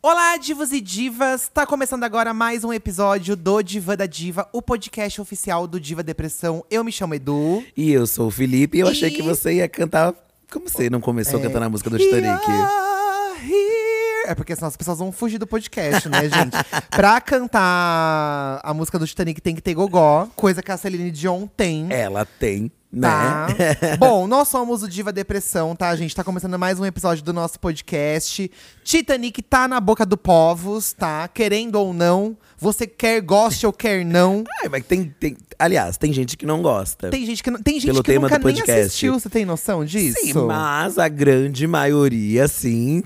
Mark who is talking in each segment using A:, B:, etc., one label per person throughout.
A: Olá, divos e divas! Tá começando agora mais um episódio do Diva da Diva, o podcast oficial do Diva Depressão. Eu me chamo Edu.
B: E eu sou o Felipe e eu achei
A: E-
B: que você ia cantar. Como você não começou cantando a música do Titanic?
A: We are here. É porque senão as pessoas vão fugir do podcast, né, gente? pra cantar a música do Titanic tem que ter gogó, coisa que a Celine Dion tem.
B: Ela tem, É, né?
A: Tá. Bom, nós somos o Diva Depressão, tá, gente? Tá começando mais um episódio do nosso podcast. Titanic tá na boca do povos, tá? Querendo ou não, você quer, goste ou quer não.
B: Ai, É, mas tem, tem. Aliás, tem gente que não gosta.
A: Tem gente que, não- tem gente
B: Pelo
A: que
B: tema
A: nunca
B: do
A: nem
B: podcast.
A: assistiu, você tem noção disso?
B: Sim, mas a grande maioria, sim.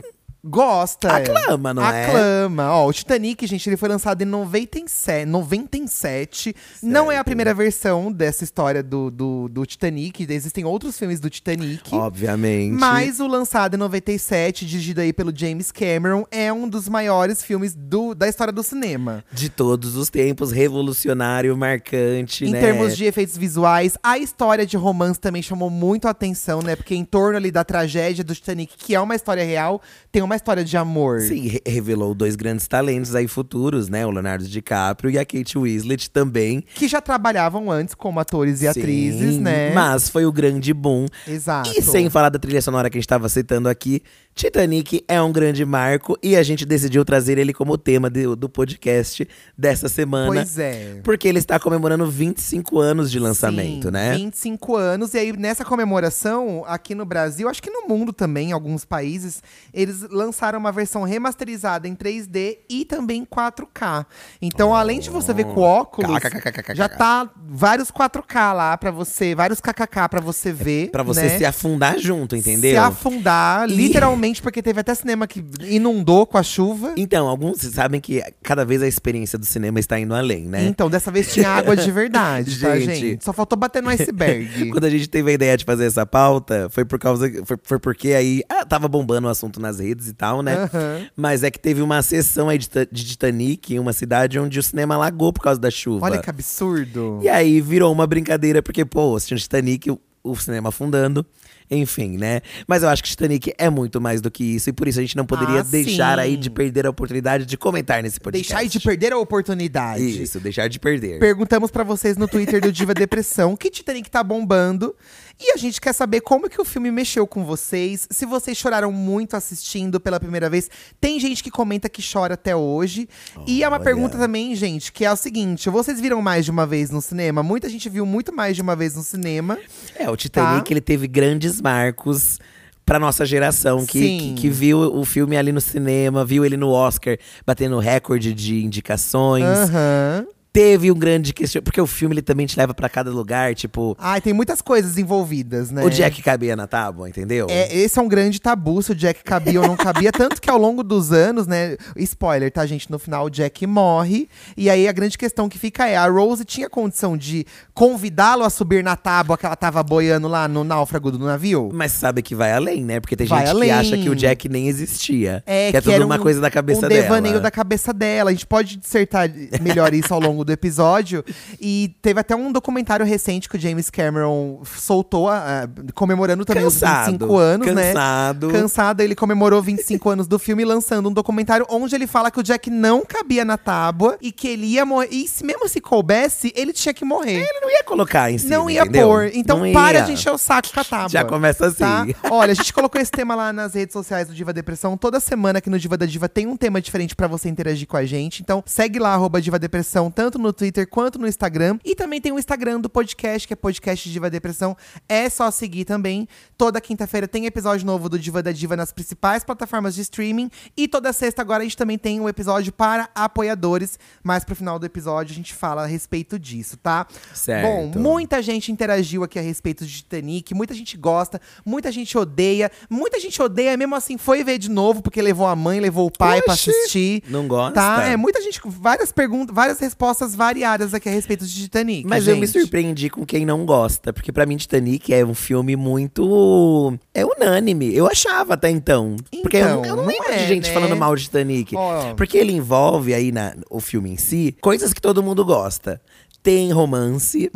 A: Gosta. é.
B: Aclama, não é?
A: Aclama. Ó, o Titanic, gente, ele foi lançado em 97. 97. Não é a primeira versão dessa história do, do, do Titanic. Existem outros filmes do Titanic.
B: Obviamente.
A: Mas o lançado em 97, dirigido aí pelo James Cameron, é um dos maiores filmes do- da história do cinema.
B: De todos os tempos, revolucionário, marcante,
A: Em
B: né?
A: termos de efeitos visuais, a história de romance também chamou muito a atenção, né? Porque em torno ali da tragédia do Titanic, que é uma história real, tem uma história de amor.
B: Sim, re- revelou dois grandes talentos aí futuros, né? O Leonardo DiCaprio e a Kate Winslet também.
A: Que já trabalhavam antes como atores e
B: Sim,
A: atrizes, né?
B: Mas foi o grande boom.
A: Exato.
B: E sem falar da trilha sonora que a gente tava citando aqui, Titanic é um grande marco e a gente decidiu trazer ele como tema de- do podcast dessa semana.
A: Pois é.
B: Porque ele está comemorando 25 anos de lançamento,
A: Sim,
B: né?
A: 25 anos. E aí, nessa comemoração, aqui no Brasil, acho que no mundo também, em alguns países, eles lançaram uma versão remasterizada em 3D e também 4K. Então, além de você ver
B: Oh,
A: com óculos,
B: KKKKK.
A: já tá vários 4K lá pra você, vários KKK pra você ver.
B: É Pra você
A: né?
B: se afundar junto, entendeu?
A: Se afundar,
B: E-
A: literalmente, porque teve até cinema que inundou com a chuva.
B: Então, alguns sabem que cada vez a experiência do cinema está indo além, né?
A: Então, dessa vez tinha água de verdade, tá,
B: Gente.
A: gente? Só faltou bater no iceberg.
B: Quando a gente teve a ideia de fazer essa pauta, foi por causa. Foi, foi porque aí ah, tava bombando o assunto nas redes e tal, né?
A: Aham.
B: Mas é que teve uma sessão aí de, Tita- de Titanic em uma cidade onde o cinema lagou por causa da chuva.
A: Olha que absurdo.
B: E aí virou uma brincadeira, porque, pô, assistindo Titanic, o, o cinema afundando. Enfim, né? Mas eu acho que Titanic é muito mais do que isso, e por isso a gente não poderia
A: Ah,
B: deixar
A: sim.
B: aí de perder a oportunidade de comentar nesse podcast.
A: Deixar de perder a oportunidade.
B: Isso, deixar de perder.
A: Perguntamos pra vocês no Twitter do Diva Depressão que Titanic tá bombando. E a gente quer saber como que o filme mexeu com vocês. Se vocês choraram muito assistindo pela primeira vez. Tem gente que comenta que chora até hoje. e é uma
B: Olha.
A: pergunta também, gente, que é o seguinte. Vocês viram mais de uma vez no cinema? Muita gente viu muito mais de uma vez no cinema.
B: É, o Titanic
A: Tá.
B: ele teve grandes marcos pra nossa geração que,
A: Sim.
B: que, que viu o filme ali no cinema, viu ele no Oscar batendo recorde de indicações.
A: Aham.
B: Teve um grande questionamento, porque o filme ele também te leva pra cada lugar, tipo,
A: Ai, tem muitas coisas envolvidas, né?
B: o Jack cabia na tábua, entendeu?
A: É, esse é um grande tabu se o Jack cabia ou não cabia. Tanto que ao longo dos anos, né? Spoiler, tá, gente? No final, o Jack morre. E aí a grande questão que fica é: a Rose tinha condição de convidá-lo a subir na tábua que ela tava boiando lá no náufrago do navio?
B: Mas sabe que vai além, né? Porque tem
A: Vai
B: gente
A: além.
B: que acha que o Jack nem existia. que é tudo
A: era
B: uma
A: um-
B: coisa da cabeça
A: um
B: dela. né?
A: devaneio da cabeça dela. A gente pode dissertar melhor isso ao longo do episódio. E teve até um documentário recente que o James Cameron soltou, ah, ah, comemorando também os
B: Cansado,
A: 25 anos, né?
B: cansado.
A: Cansado, ele comemorou 25 anos do filme, lançando um documentário onde ele fala que o Jack não cabia na tábua e que ele ia morrer. E se mesmo se coubesse, ele tinha que morrer.
B: Ele não ia colocar em cima,
A: não ia
B: entendeu?
A: pôr. Então
B: Não
A: para
B: ia.
A: de encher o saco com a tábua.
B: Já começa assim.
A: Tá? Olha, a gente colocou esse tema lá nas redes sociais do Diva Depressão. Toda semana aqui no Diva da Diva tem um tema diferente pra você interagir com a gente. Então segue lá, arroba Diva Depressão, tanto no Twitter quanto no Instagram. E também tem o Instagram do podcast, que é podcast Diva Depressão. É só seguir também. Toda quinta-feira tem episódio novo do Diva da Diva nas principais plataformas de streaming. E toda sexta agora a gente também tem um episódio para apoiadores. Mas pro final do episódio a gente fala a respeito disso, tá?
B: Certo.
A: Bom, muita gente interagiu aqui a respeito de Titanic, muita gente gosta, muita gente odeia, muita gente odeia, mesmo assim foi ver de novo, porque levou a mãe, levou o pai pra
B: Oxi,
A: assistir.
B: não gosta?
A: Tá, é muita gente, várias perguntas, várias respostas variadas aqui a respeito de Titanic.
B: Mas eu me
A: gente.
B: surpreendi com quem não gosta, porque pra mim Titanic é um filme muito. É unânime. Eu achava até então. porque eu,
A: Então,
B: não- eu não
A: não
B: lembro
A: é,
B: de gente
A: né?
B: falando mal de Titanic.
A: Ó.
B: Porque ele envolve aí na, o filme em si coisas que todo mundo gosta. tem romance,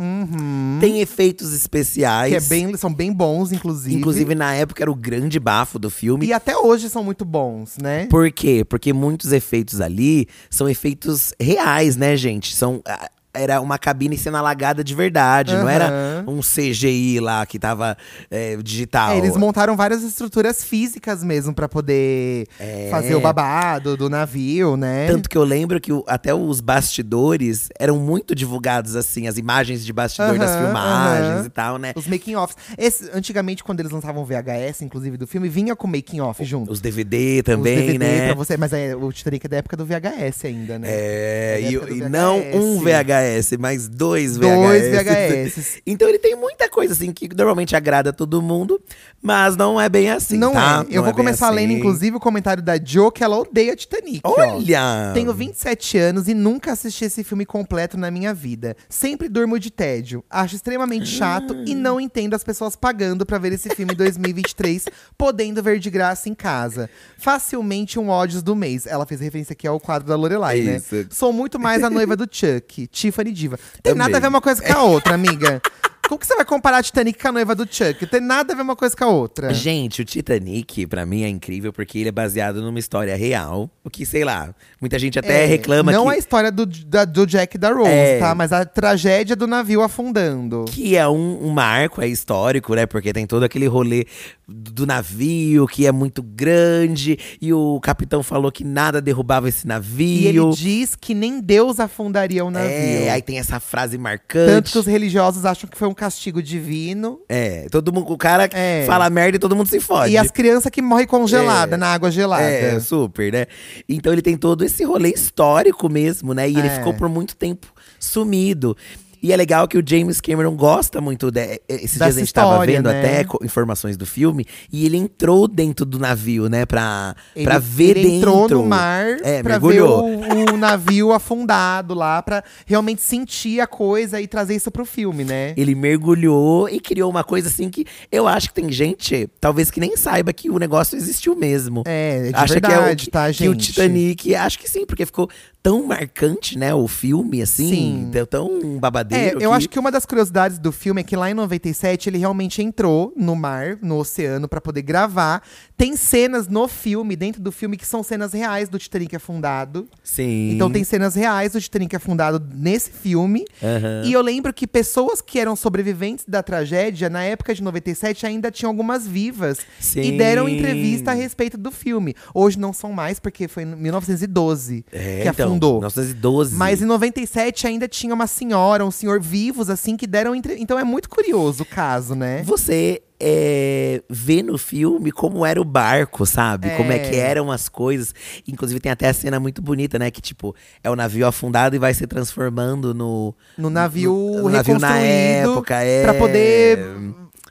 B: tem efeitos especiais.
A: Uhum. Que é bem, são bem bons, inclusive.
B: Inclusive, na época era o grande bafo do filme.
A: E até hoje são muito bons, né?
B: Por quê? Porque muitos efeitos ali são efeitos reais, né, gente? São. ah, Era uma cabine sendo alagada de verdade, não era um CGI lá que tava é, digital.
A: É, eles montaram várias estruturas físicas mesmo pra poder fazer o babado do navio, né?
B: É. Tanto que eu lembro que o- até os bastidores eram muito divulgados, assim, as imagens de bastidor das
A: Aham,
B: filmagens
A: aham.
B: e tal, né?
A: Os making-offs. Esse- Antigamente, quando eles lançavam o VHS, inclusive, do filme, vinha com making-off junto.
B: Os DVD também,
A: Os DVD
B: né?
A: pra você, mas é, o Titanic é da época do VHS ainda, né?
B: É,
A: Da
B: e,
A: época do
B: e
A: VHS.
B: não um VHS, mas dois VHS.
A: Dois VHS.
B: Então ele tem muita coisa assim que normalmente agrada todo mundo, mas não é bem assim,
A: não
B: tá?
A: é. Eu
B: Não
A: vou
B: bem
A: começar
B: assim.
A: lendo, inclusive, o comentário da Jo, que ela odeia Titanic. ó.
B: Olha!
A: Tenho 27 anos e nunca assisti esse filme completo na minha vida. Sempre durmo de tédio. Acho extremamente chato e não entendo as pessoas pagando pra ver esse filme em 2023, podendo ver de graça em casa. Facilmente um ódio do mês. Ela fez referência aqui ao quadro da Lorelai,
B: É
A: né?
B: isso.
A: Sou muito mais a noiva do Chuck, Tiffany Diva. Tem
B: Amei.
A: nada a ver uma coisa com a outra, amiga. Como que você vai comparar Titanic com a noiva do Chuck? Tem nada a ver uma coisa com a outra.
B: Gente, o Titanic, pra mim, é incrível porque ele é baseado numa história real. O que, sei lá, muita gente até reclama
A: É, Não
B: que,
A: a história do, da- do Jack e da Rose,
B: É.
A: tá? Mas a tragédia do navio afundando.
B: que é um, um marco, é histórico, né? Porque tem todo aquele rolê do navio que é muito grande e o capitão falou que nada derrubava esse
A: E ele
B: navio.
A: diz que nem Deus afundaria o navio.
B: é, aí tem essa frase
A: Tanto
B: marcante.
A: que os religiosos acham que foi um castigo divino.
B: É, todo mundo, o cara
A: É.
B: fala merda e todo mundo se fode.
A: E as crianças que morrem congelada na água gelada.
B: É, super, né? Então ele tem todo esse rolê histórico mesmo, né? E ele
A: É.
B: ficou por muito tempo sumido. E é legal que o James Cameron gosta muito de, é, esses
A: Dessa
B: dias a gente tava
A: história,
B: vendo
A: né?
B: até co- informações do filme e ele entrou dentro do navio, né, pra, pra ver
A: ele
B: dentro.
A: entrou no mar
B: é,
A: pra
B: mergulhou.
A: ver o, o navio afundado lá, pra realmente sentir a coisa e trazer isso pro filme, né?
B: Ele mergulhou e criou uma coisa assim que eu acho que tem gente, talvez que nem saiba que o negócio existiu mesmo.
A: É, é de
B: acha que é o,
A: verdade,
B: que-
A: tá, gente?
B: Que o Titanic, acho que sim, porque ficou tão marcante, né? O filme, assim,
A: Sim.
B: deu tão um
A: É,
B: babadeiro.
A: eu acho que uma das curiosidades do filme é que lá em 97 ele realmente entrou no mar, no oceano, pra poder gravar. Tem cenas no filme, dentro do filme, que são cenas reais do Titanic afundado.
B: Sim.
A: Então tem cenas reais do Titanic afundado nesse filme.
B: Aham.
A: E eu lembro que pessoas que eram sobreviventes da tragédia, na época de 97, ainda tinham algumas vivas. E
B: Sim.
A: deram entrevista a respeito do filme. Hoje não são mais, porque foi em 1912
B: É,
A: que
B: então,
A: afundou.
B: 1912.
A: Mas né? em 97 ainda tinha uma senhora, um senhor vivos, assim, que deram. Entre... Então é muito curioso o caso, né?
B: Você é, vê no filme como era o barco, sabe? Como é que eram as coisas. Inclusive, tem até a cena muito bonita, né? Que, tipo, é o navio afundado e vai se transformando no.
A: No navio
B: no navio
A: reconstruído.
B: na época, é.
A: Pra poder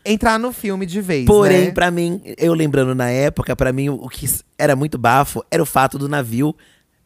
A: entrar no filme de vez.
B: Porém,
A: né?
B: pra mim, eu lembrando na época, pra mim o o que s- era muito bafo era o fato do navio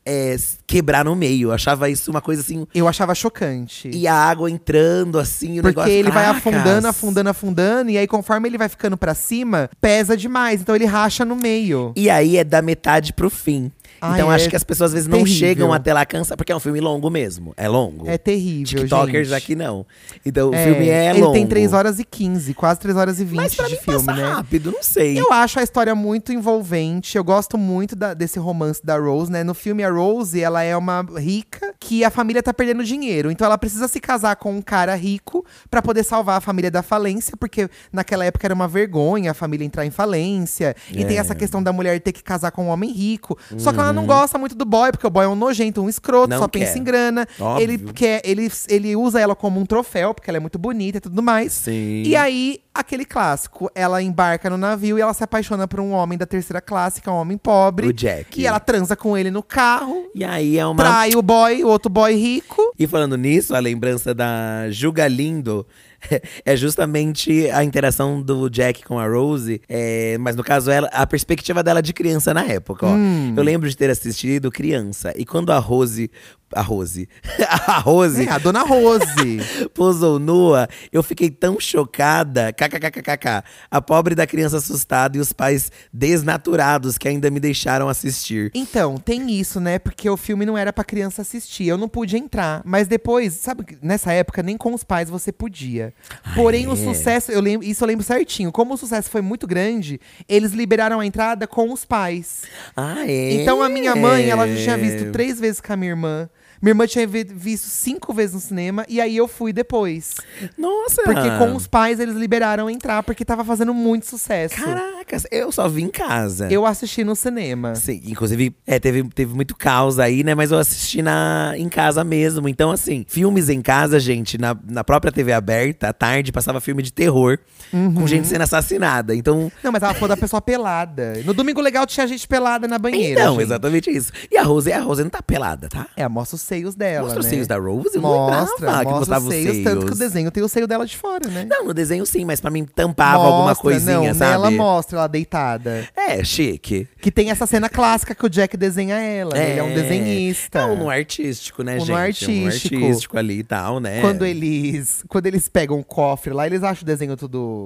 B: é, s- quebrar no meio. Eu achava isso uma coisa assim.
A: Eu achava chocante.
B: E a água entrando assim, o
A: Porque
B: negócio.
A: ele vai
B: Caracas!
A: afundando, afundando, afundando, e aí conforme ele vai ficando pra cima, pesa demais. Então ele racha no meio.
B: E aí é da metade pro fim.
A: Ai,
B: então
A: é
B: acho que as pessoas às vezes não
A: terrível.
B: chegam até lá cansa, porque é um filme longo mesmo. É longo.
A: É terrível,
B: TikTokers
A: gente.
B: aqui não. Então o
A: É,
B: filme é
A: Ele
B: longo.
A: tem 3 horas e 15, quase 3 horas e 20
B: Mas pra
A: de
B: mim
A: filme,
B: passa
A: né?
B: rápido, não sei.
A: Eu acho a história muito envolvente. Eu gosto muito da- desse romance da Rose, né? No filme, a Rose, ela é uma rica que a família tá perdendo dinheiro. Então ela precisa se casar com um cara rico pra poder salvar a família da falência, porque naquela época era uma vergonha a família entrar em falência. E
B: É.
A: tem essa questão da mulher ter que casar com um homem rico. Só que ela não gosta muito do boy, porque o boy é um nojento, um escroto,
B: Uhum. Não
A: só pensa
B: quer.
A: em grana.
B: Óbvio.
A: Ele quer, ele, ele usa ela como um troféu, porque ela é muito bonita e tudo mais.
B: Sim.
A: E aí, aquele clássico, ela embarca no navio e ela se apaixona por um homem da terceira classe, que é um homem pobre.
B: O Jack.
A: E ela transa com ele no carro,
B: E aí é uma
A: trai o boy, o outro boy rico.
B: E falando nisso, a lembrança da Juga Lindo é justamente a interação do Jack com a Rose. é, mas no caso, ela, a perspectiva dela de criança na época, ó.
A: Hum.
B: Eu lembro de ter assistido criança. E quando a Rose. A Rose. a Rose
A: É, a Dona Rose.
B: posou nua, eu fiquei tão chocada. KKKKK. A pobre da criança assustada e os pais desnaturados que ainda me deixaram assistir.
A: Então, tem isso, né? Porque o filme não era pra criança assistir. Eu não pude entrar. Mas depois, sabe, que nessa época, nem com os pais você podia. Porém,
B: é.
A: o sucesso, eu lembro, isso eu lembro certinho. Como o sucesso foi muito grande, eles liberaram a entrada com os pais.
B: Ah, é?
A: Então a minha mãe, ela já tinha visto três vezes com a minha irmã. Minha irmã tinha vi- visto cinco vezes no cinema e aí eu fui depois.
B: Nossa!
A: Porque com os pais eles liberaram entrar, porque tava fazendo muito sucesso.
B: Caracas, eu só vi em casa.
A: Eu assisti no cinema.
B: Sim, inclusive, é, teve, teve muito caos aí, né? Mas eu assisti na, em casa mesmo. Então, assim, filmes em casa, gente, na, na própria TV aberta, à tarde, passava filme de terror
A: Uhum.
B: com gente sendo assassinada. Então.
A: Não, mas ela falou da pessoa pelada. No Domingo Legal tinha gente pelada na banheira.
B: Então,
A: gente.
B: exatamente isso. E a Rose, a Rose não tá pelada, tá?
A: É, mostra os seios dela.
B: mostra
A: né?
B: os seios da Rose? Eu não lembrava
A: Mostra,
B: que
A: mostra
B: mostrava
A: os seios, tanto que o desenho tem o seio dela de fora, né?
B: Não, no desenho sim, mas pra mim tampava alguma
A: Mostra,
B: coisinha,
A: não, né?
B: sabe?
A: Ela mostra ela deitada.
B: É, chique.
A: Que tem essa cena clássica que o Jack desenha ela. né? Ele é um desenhista.
B: Não, no artístico, né,
A: Um no
B: gente? Um
A: artístico.
B: artístico ali e tal, né?
A: Quando eles, quando eles pegam o cofre lá, eles acham o desenho tudo.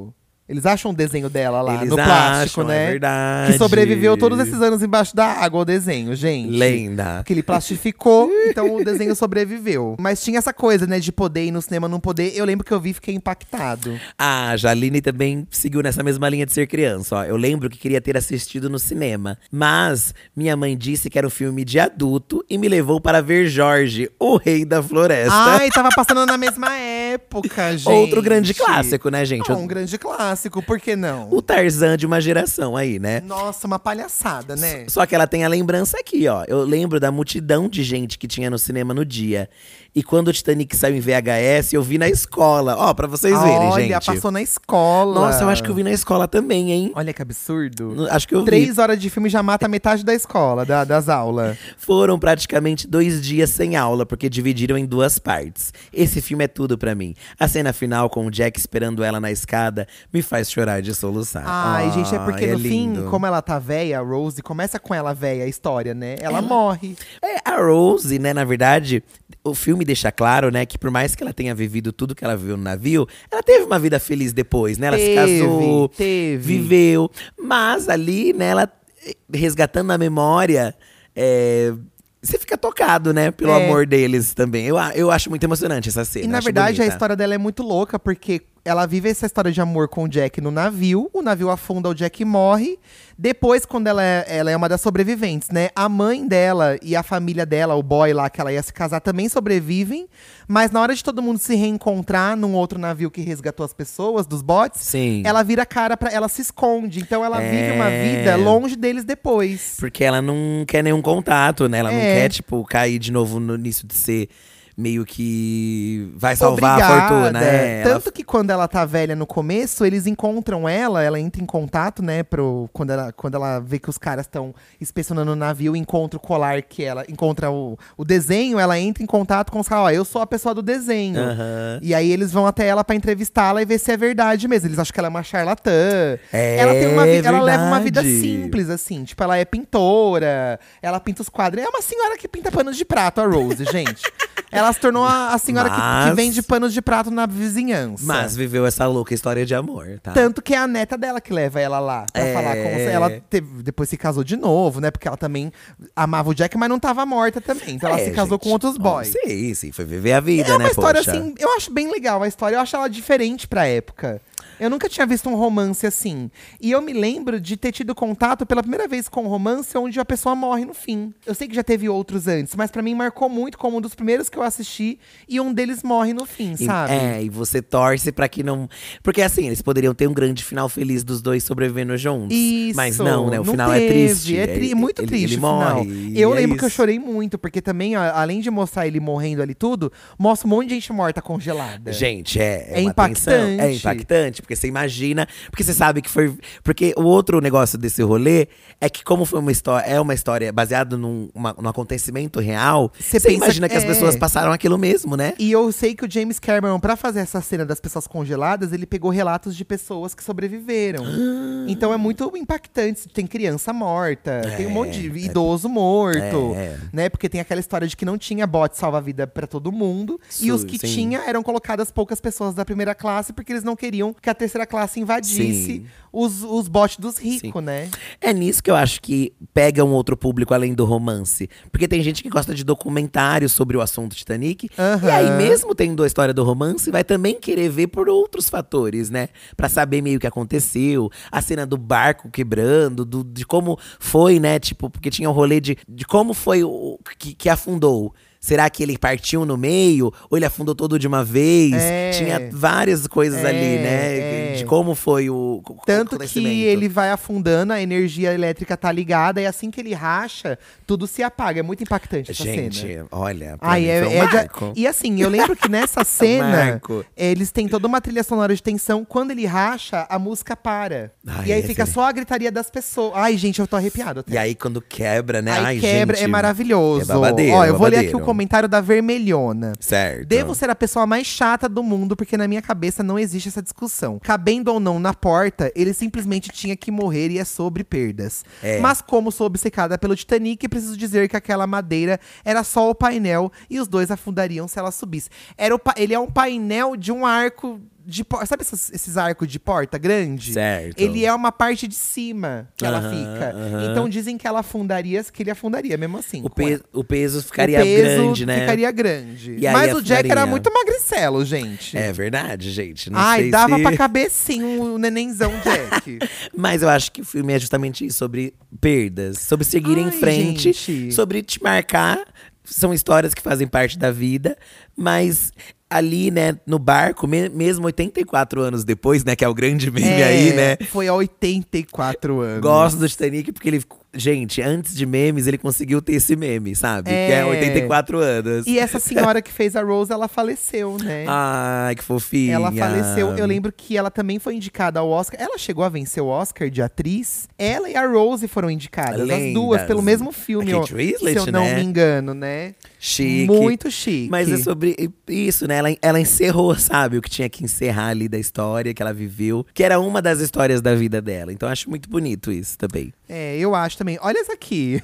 A: Eles acham o desenho dela lá,
B: Eles
A: no plástico,
B: acham,
A: né?
B: é verdade.
A: Que sobreviveu todos esses anos embaixo da água, o desenho, gente.
B: Lenda.
A: Que ele plastificou, então o desenho sobreviveu. Mas tinha essa coisa, né, de poder ir no cinema não poder. Eu lembro que eu vi e fiquei impactado.
B: A Ah, Jaline também seguiu nessa mesma linha de ser criança, ó. Eu lembro que queria ter assistido no cinema, mas minha mãe disse que era um filme de adulto e me levou para ver Jorge, o Rei da Floresta.
A: Ai, tava passando na mesma época, gente.
B: Outro grande clássico, né, gente?
A: Não, um grande clássico, por que não?
B: O Tarzan de uma geração aí, né?
A: Nossa, uma palhaçada, né?
B: Só que ela tem a lembrança aqui, ó. Eu lembro da multidão de gente que tinha no cinema no dia. E quando o Titanic saiu em VHS, eu vi na escola. Ó, pra vocês verem,
A: Olha,
B: gente.
A: passou na escola.
B: Nossa, eu acho que eu vi na escola também, hein?
A: Olha que absurdo.
B: Acho que eu vi.
A: Três horas de filme já mata metade da escola, da- das aulas.
B: Foram praticamente dois dias sem aula, porque dividiram em duas partes. Esse filme é tudo pra mim. A cena final com o Jack esperando ela na escada me faz chorar de soluçar.
A: Ai,
B: Ah,
A: gente, é porque no
B: lindo.
A: fim, como ela tá velha, a Rose, começa com ela velha a história, né? Ela morre.
B: É, a Rose, né, na verdade, o filme deixa claro, né, que por mais que ela tenha vivido tudo que ela viveu no navio, ela teve uma vida feliz depois, né? Ela se
A: Teve,
B: casou,
A: teve.
B: viveu. Mas ali, né, ela eh, resgatando a memória, é, Você fica tocado, né? Pelo
A: É.
B: amor deles também. Eu, a- eu acho muito emocionante essa cena.
A: E na
B: acho
A: verdade, a
B: bonita.
A: história dela é muito louca, porque ela vive essa história de amor com o Jack no navio. O navio afunda, o Jack morre. Depois, quando ela é, ela é uma das sobreviventes, né? A mãe dela e a família dela, o boy lá que ela ia se casar, também sobrevivem. Mas na hora de todo mundo se reencontrar num outro navio que resgatou as pessoas, dos bots,
B: Sim.
A: ela vira a cara pra. Ela se esconde. Então ela
B: É.
A: vive uma vida longe deles depois.
B: Porque ela não quer nenhum contato, né? Ela não
A: É.
B: quer, tipo, cair de novo no- nisso de ser meio que vai salvar a
A: Obrigada.
B: fortuna, né? Ela
A: Tanto que quando ela tá velha no começo, eles encontram ela, ela entra em contato, né? Pro, quando, ela, quando ela vê que os caras estão inspecionando o navio, encontra o colar que ela. Encontra o, o desenho, ela entra em contato com os caras, ó, eu sou a pessoa do desenho.
B: Aham.
A: E aí eles vão até ela pra entrevistá-la e ver se é verdade mesmo. Eles acham que ela é uma charlatã.
B: É
A: ela tem uma vi- ela leva uma vida
B: verdade.
A: simples, assim. Tipo, ela é pintora, ela pinta os quadros. É uma senhora que pinta panos de prato, a Rose, gente. Ela se tornou a, a senhora que- que,
B: Mas-
A: vende panos de prato na vizinhança.
B: Mas viveu essa louca história de amor, tá?
A: Tanto que é a neta dela que leva ela lá pra
B: É.
A: falar com ela. teve- depois se casou de novo, né? Porque ela também amava o Jack, mas não tava morta também. Então ela
B: É,
A: se casou
B: gente.
A: com outros
B: Ó,
A: boys.
B: Sim, sim, foi viver a vida,
A: É
B: né,
A: uma história
B: poxa.
A: assim, eu acho bem legal a história, eu acho ela diferente pra época. Eu nunca tinha visto um romance assim. E eu me lembro de ter tido contato pela primeira vez com um romance onde a pessoa morre no fim. Eu sei que já teve outros antes, mas pra mim marcou muito como um dos primeiros que eu assisti e um deles morre no fim,
B: E-
A: sabe?
B: É, e você torce pra que não. Porque assim, eles poderiam ter um grande final feliz dos dois sobrevivendo juntos.
A: Isso.
B: Mas não, né? O
A: não
B: final
A: teve,
B: é triste.
A: É tri- muito
B: ele-
A: triste
B: Ele
A: o final.
B: morre. e
A: Eu
B: é
A: lembro que eu
B: isso.
A: chorei muito, porque também, a- além de mostrar ele morrendo ali tudo, mostra um monte de gente morta congelada.
B: Gente, é,
A: É
B: uma tensão, é
A: impactante.
B: impactante, porque você imagina, porque você sabe que foi. Porque o outro negócio desse rolê é que, como foi uma história, é uma história baseada num, uma- num acontecimento real,
A: Você
B: você
A: pensa
B: imagina
A: que-
B: que as pessoas
A: é.
B: passaram aquilo mesmo, né?
A: E eu sei que o James Cameron, pra fazer essa cena das pessoas congeladas, ele pegou relatos de pessoas que sobreviveram.
B: Ah.
A: então é muito impactante. Tem criança morta, tem um monte de idoso morto,
B: É.
A: né? Porque tem aquela história de que não tinha bote salva-vida pra todo mundo. e
B: Su-
A: os que
B: sim.
A: tinha eram colocadas poucas pessoas da primeira classe, porque eles não queriam que a terceira classe invadisse
B: Sim.
A: os, os botes dos ricos, né?
B: É nisso que eu acho que pega um outro público além do romance. Porque tem gente que gosta de documentários sobre o assunto Titanic. E aí,
A: Aham.
B: mesmo tendo a história do romance, vai também querer ver por outros fatores, né? Pra saber meio o que aconteceu, a cena do barco quebrando, do- de como foi, né? Tipo, porque tinha o rolê de, de como foi o que, que afundou. Será que ele partiu no meio? Ou ele afundou todo de uma vez?
A: É.
B: Tinha várias coisas
A: É,
B: ali, né?
A: é.
B: De como foi o. o
A: Tanto que
B: acontecimento.
A: ele vai afundando, a energia elétrica tá ligada, e assim que ele racha, tudo se apaga. É muito impactante essa
B: Gente,
A: cena.
B: olha, pra
A: Ai,
B: mim
A: é,
B: foi um
A: é de-
B: marco.
A: E assim, eu lembro que nessa cena,
B: marco.
A: eles têm toda uma trilha sonora de tensão. Quando ele racha, a música para.
B: Ai,
A: e aí
B: é,
A: fica
B: Fê.
A: só a gritaria das pessoas. Ai, gente, eu tô arrepiado até.
B: E aí quando quebra, né?
A: Aí
B: Ai,
A: quebra,
B: gente,
A: é maravilhoso.
B: é babadeiro,
A: Ó, eu vou ler aqui o
B: babadeiro.
A: comentário da Vermelhona.
B: Certo.
A: Devo ser a pessoa mais chata do mundo, porque na minha cabeça não existe essa discussão. Cabendo ou não na porta, ele simplesmente tinha que morrer e é sobre perdas.
B: É.
A: Mas como sou obcecada pelo Titanic, preciso dizer que aquela madeira era só o painel e os dois afundariam se ela subisse. Era o pa- ele é um painel de um arco de porta. Sabe esses, esses arcos de porta grande?
B: Certo.
A: Ele é uma parte de cima que ela
B: Aham,
A: fica.
B: aham.
A: Então dizem que ela afundaria, que ele afundaria mesmo assim.
B: o,
A: com ela
B: pe- o peso ficaria
A: o peso
B: grande, né?
A: Ficaria grande.
B: E aí
A: Mas
B: a
A: o Jack era
B: farinha?
A: muito magricelo, gente.
B: É verdade, gente. Não
A: Ai,
B: sei
A: dava
B: se...
A: pra caber sim o nenenzão Jack.
B: Mas eu acho que o filme é justamente isso, sobre perdas, sobre seguir em
A: Ai,
B: frente,
A: gente.
B: sobre te marcar. São histórias que fazem parte da vida, mas ali, né, no barco, me- mesmo 84 anos depois, né, que é o grande meme
A: É,
B: aí, né?
A: Foi há 84 anos.
B: Gosto do Titanic porque ele. Gente, antes de memes, ele conseguiu ter esse meme, sabe? Que
A: É.
B: é 84 anos.
A: E é- essa senhora que fez a Rose, ela faleceu, né?
B: Ai, que fofinha.
A: Ela faleceu. Eu lembro que ela também foi indicada ao Oscar. Ela chegou a vencer o Oscar de atriz. Ela e a Rose foram indicadas, as duas,
B: Lendas.
A: pelo mesmo filme,
B: A
A: ó,
B: Kate Winslet,
A: se eu não
B: né?
A: me engano, né?
B: Chique.
A: Muito chique.
B: Mas é sobre isso, né? Ela, ela encerrou, sabe? O que tinha que encerrar ali da história que ela viveu, que era uma das histórias da vida dela. Então acho muito bonito isso também.
A: É, eu acho também. Olha essa aqui.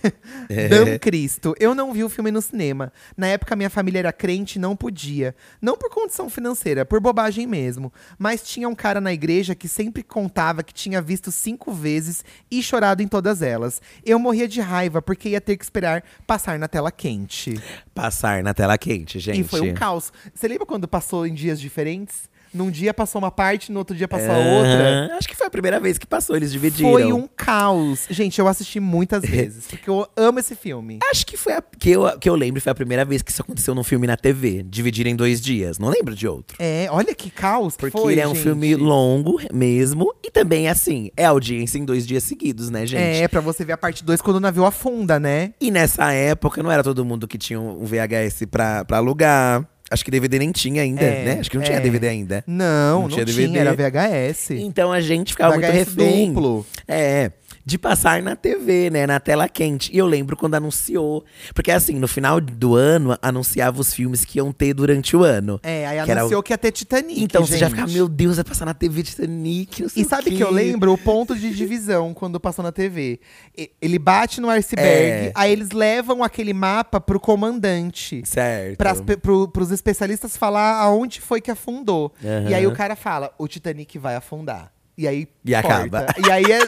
B: É.
A: Dan Cristo. Eu não vi o filme no cinema. Na época, minha família era crente e não podia. Não por condição financeira, por bobagem mesmo. Mas tinha um cara na igreja que sempre contava que tinha visto cinco vezes e chorado em todas elas. Eu morria de raiva, porque ia ter que esperar passar na tela quente.
B: Passar na tela quente, gente.
A: E foi um caos. Você lembra quando passou em dias diferentes? Num dia passou uma parte, no outro dia passou a outra.
B: Aham. Acho que foi a primeira vez que passou, eles dividiram.
A: Foi um caos. Gente, eu assisti muitas vezes, porque eu amo esse filme.
B: Acho que foi a que eu, que eu lembro, foi a primeira vez que isso aconteceu num filme na TV. Dividir em dois dias. Não lembro de outro.
A: É, olha que caos que
B: Porque
A: foi,
B: ele é um
A: gente.
B: filme longo mesmo. E também, assim, é audiência em dois dias seguidos, né, gente?
A: É, pra você ver a parte 2 quando o navio afunda, né?
B: E nessa época, não era todo mundo que tinha um VHS pra, pra alugar. Acho que DVD nem tinha ainda,
A: É,
B: né? Acho que não tinha
A: é.
B: DVD ainda.
A: Não, não,
B: Não
A: tinha,
B: tinha DVD.
A: era VHS.
B: Então a gente ficava muito
A: VHS
B: refém.
A: duplo.
B: É, de passar na TV, né? Na tela quente. E eu lembro quando anunciou. Porque assim, no final do ano, anunciava os filmes que iam ter durante o ano.
A: É, aí
B: Que era o-
A: anunciou que ia ter Titanic,
B: Então você já
A: gente.
B: fica, meu Deus, vai passar na TV Titanic. Não sei
A: E
B: o
A: sabe
B: quê.
A: que eu lembro o ponto de divisão quando passou na TV? E- Ele bate no iceberg,
B: É.
A: aí eles levam aquele mapa pro comandante.
B: Certo.
A: Pras, pe- pro, pros especialistas falar aonde foi que afundou.
B: Aham.
A: E aí o cara fala, o Titanic vai afundar. E aí.
B: E acaba.
A: E aí é.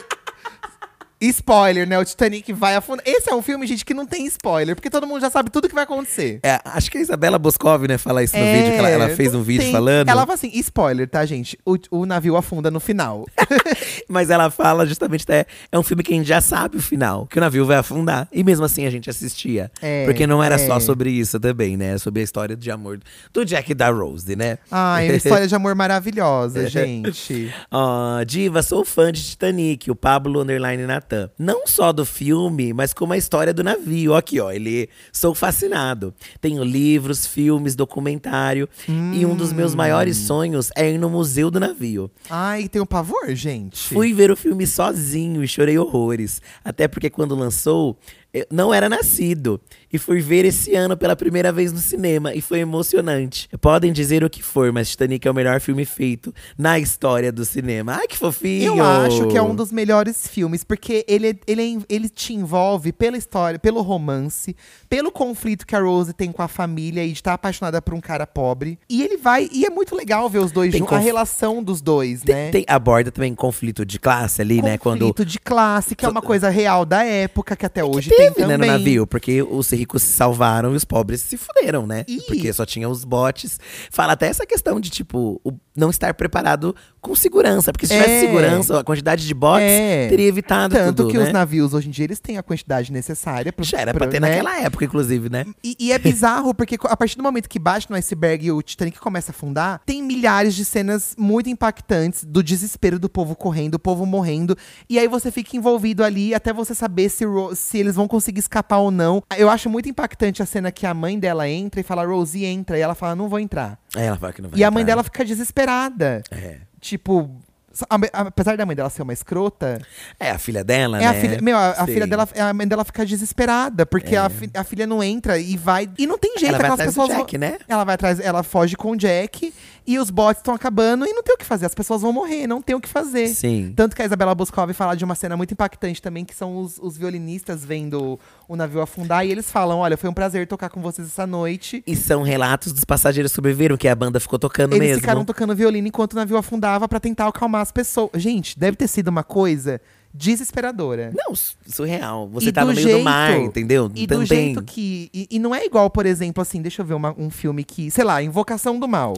A: Spoiler, né? O Titanic vai afundar. Esse é um filme, gente, que não tem spoiler, porque todo mundo já sabe tudo que vai acontecer.
B: É, acho que a Isabela Boscov, né, fala isso no
A: É,
B: vídeo, que ela, ela fez
A: não
B: um vídeo
A: tem-
B: falando.
A: Ela fala assim: spoiler, tá, gente? O, o navio afunda no final.
B: Mas ela fala justamente até. É um filme que a gente já sabe o final, que o navio vai afundar. E mesmo assim a gente assistia.
A: É,
B: porque não era só
A: é.
B: sobre isso também, né? Sobre a história de amor do Jack e da Rose, né?
A: Ai, uma história de amor maravilhosa, gente.
B: Ó, diva, sou fã de Titanic, o Pablo Underline Natan. Não só do filme, mas como a história do navio. Aqui, ó, ele sou fascinado. Tenho livros, filmes, documentário. E um dos meus maiores sonhos é ir no Museu do Navio.
A: Ai, tem um pavor, gente.
B: Fui ver o filme sozinho e chorei horrores. Até porque quando lançou, eh, Eu não era nascido. E fui ver esse ano pela primeira vez no cinema. E foi emocionante. Podem dizer o que for, mas Titanic é o melhor filme feito na história do cinema. Ai, que fofinho!
A: Eu acho que é um dos melhores filmes, porque ele, ele, ele te envolve pela história, pelo romance, pelo conflito que a Rose tem com a família e de estar apaixonada por um cara pobre. E ele vai. E é muito legal ver os dois
B: Tem
A: juntos, a
B: conf-
A: relação dos dois,
B: Tem,
A: né?
B: tem- aborda também conflito de classe ali, né? Quando
A: Conflito de classe, que é uma coisa real da época, que até hoje
B: que teve,
A: tem
B: né,
A: também.
B: no navio, porque os ricos se salvaram e os pobres se fuderam, né?
A: Ih.
B: Porque só tinha os botes. Fala até essa questão de, tipo, o não estar preparado com segurança. Porque se
A: É.
B: tivesse segurança, a quantidade de botes
A: É.
B: teria evitado
A: Tanto
B: tudo,
A: que
B: né?
A: os navios hoje em dia eles têm a quantidade necessária pro,
B: Já era
A: pro-
B: pra ter
A: né?
B: naquela época, inclusive, né?
A: E, e é bizarro, porque co- a partir do momento que bate no iceberg e o Titanic começa a afundar, tem milhares de cenas muito impactantes do desespero do povo correndo, o povo morrendo. E aí você fica envolvido ali até você saber se, Ro- se eles vão conseguir escapar ou não. Eu acho muito impactante a cena que a mãe dela entra e fala, Rosie, entra. E ela fala, não vou entrar.
B: Aí ela fala que não vai
A: e a mãe
B: entrar.
A: dela fica desesperada.
B: É.
A: Tipo. a- a- Apesar da mãe dela ser uma escrota,
B: É a filha dela,
A: é
B: né?
A: a filha, meu, a, a
B: Sim. É.
A: filha dela, a mãe dela fica desesperada, porque a, fi- a filha não entra e vai. E não tem jeito,
B: Ela vai
A: aquelas
B: atrás do
A: pessoas. vão-
B: Jack, né?
A: Ela vai atrás, ela foge com o Jack e os bots estão acabando e não tem o que fazer. As pessoas vão morrer, não tem o que fazer.
B: Sim.
A: Tanto que a Isabela Boscov fala de uma cena muito impactante também, que são os, os violinistas vendo o navio afundar e eles falam: olha, foi um prazer tocar com vocês essa noite.
B: E são relatos dos passageiros que sobreviveram, que a banda ficou tocando
A: Eles
B: mesmo.
A: ficaram tocando violino enquanto o navio afundava pra tentar acalmar as pessoas. Gente, deve ter sido uma coisa desesperadora.
B: Não, su- surreal. Você
A: E
B: tá no meio do mar, entendeu?
A: E
B: então
A: do
B: tem.
A: jeito que. E, e não é igual, por exemplo, assim, deixa eu ver uma- um filme que, sei lá, Invocação do Mal.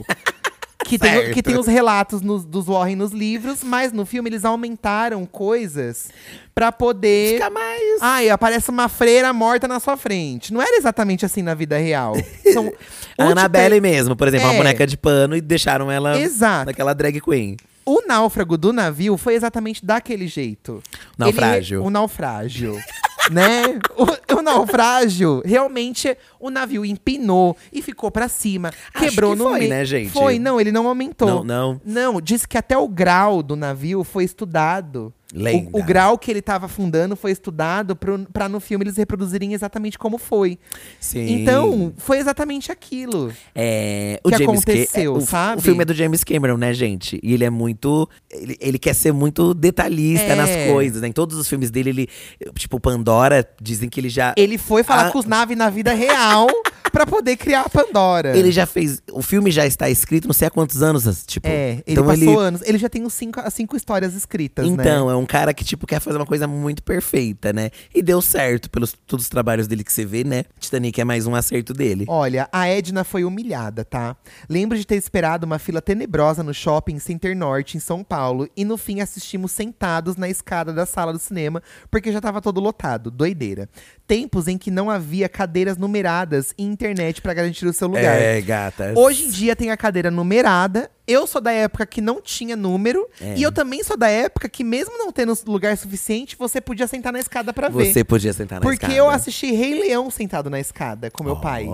A: Que tem, o- que
B: Certo.
A: tem os relatos nos- dos Warren nos livros, mas no filme eles aumentaram coisas pra poder.
B: Fica mais.
A: Ai, aparece uma freira morta na sua frente. Não era exatamente assim na vida real. São, o
B: A Annabelle
A: Titan-
B: mesmo, por exemplo,
A: É.
B: uma boneca de pano e deixaram ela
A: Exato.
B: naquela drag queen.
A: O náufrago do navio foi exatamente daquele jeito.
B: Naufrágio.
A: Ele- o naufrágio. né? O, o naufrágio, realmente, o navio empinou e ficou pra cima.
B: Acho
A: quebrou
B: que
A: no
B: foi,
A: meio.
B: né, gente?
A: Foi, não, ele não aumentou.
B: Não, não.
A: Não, disse que até o grau do navio foi estudado.
B: Lenda.
A: O, o grau que ele tava afundando foi estudado pro, pra no filme eles reproduzirem exatamente como foi.
B: Sim.
A: Então, foi exatamente aquilo.
B: É, o
A: que
B: James Ca-
A: aconteceu,
B: é, o,
A: sabe?
B: O filme é do James Cameron, né, gente? E ele é muito. Ele, ele quer ser muito detalhista
A: É.
B: nas coisas, né? Em todos os filmes dele, ele. Tipo, Pandora, dizem que ele já.
A: Ele foi falar
B: Ah.
A: com os naves na vida real pra poder criar a Pandora.
B: Ele já fez. O filme já está escrito, não sei há quantos anos, tipo.
A: É, ele
B: então
A: passou
B: ele.
A: anos. Ele já tem uns cinco, as cinco histórias escritas, né?
B: Então, é um cara que, tipo, quer fazer uma coisa muito perfeita, né? E deu certo pelos todos os trabalhos dele que você vê, né? Titanic é mais um acerto dele.
A: Olha, a Edna foi humilhada, tá? Lembro de ter esperado uma fila tenebrosa no shopping Center Norte, em São Paulo, e no fim assistimos sentados na escada da sala do cinema, porque já tava todo lotado. Doideira. Tempos em que não havia cadeiras numeradas e internet pra garantir o seu lugar.
B: É, gata.
A: Hoje em dia tem a cadeira numerada. Eu sou da época que não tinha número.
B: É.
A: E eu também sou da época que, mesmo não tendo lugar suficiente, você podia sentar na escada pra ver.
B: Você podia sentar na
A: Porque
B: escada.
A: eu assisti Rei Leão sentado na escada com meu
B: Ó.
A: pai.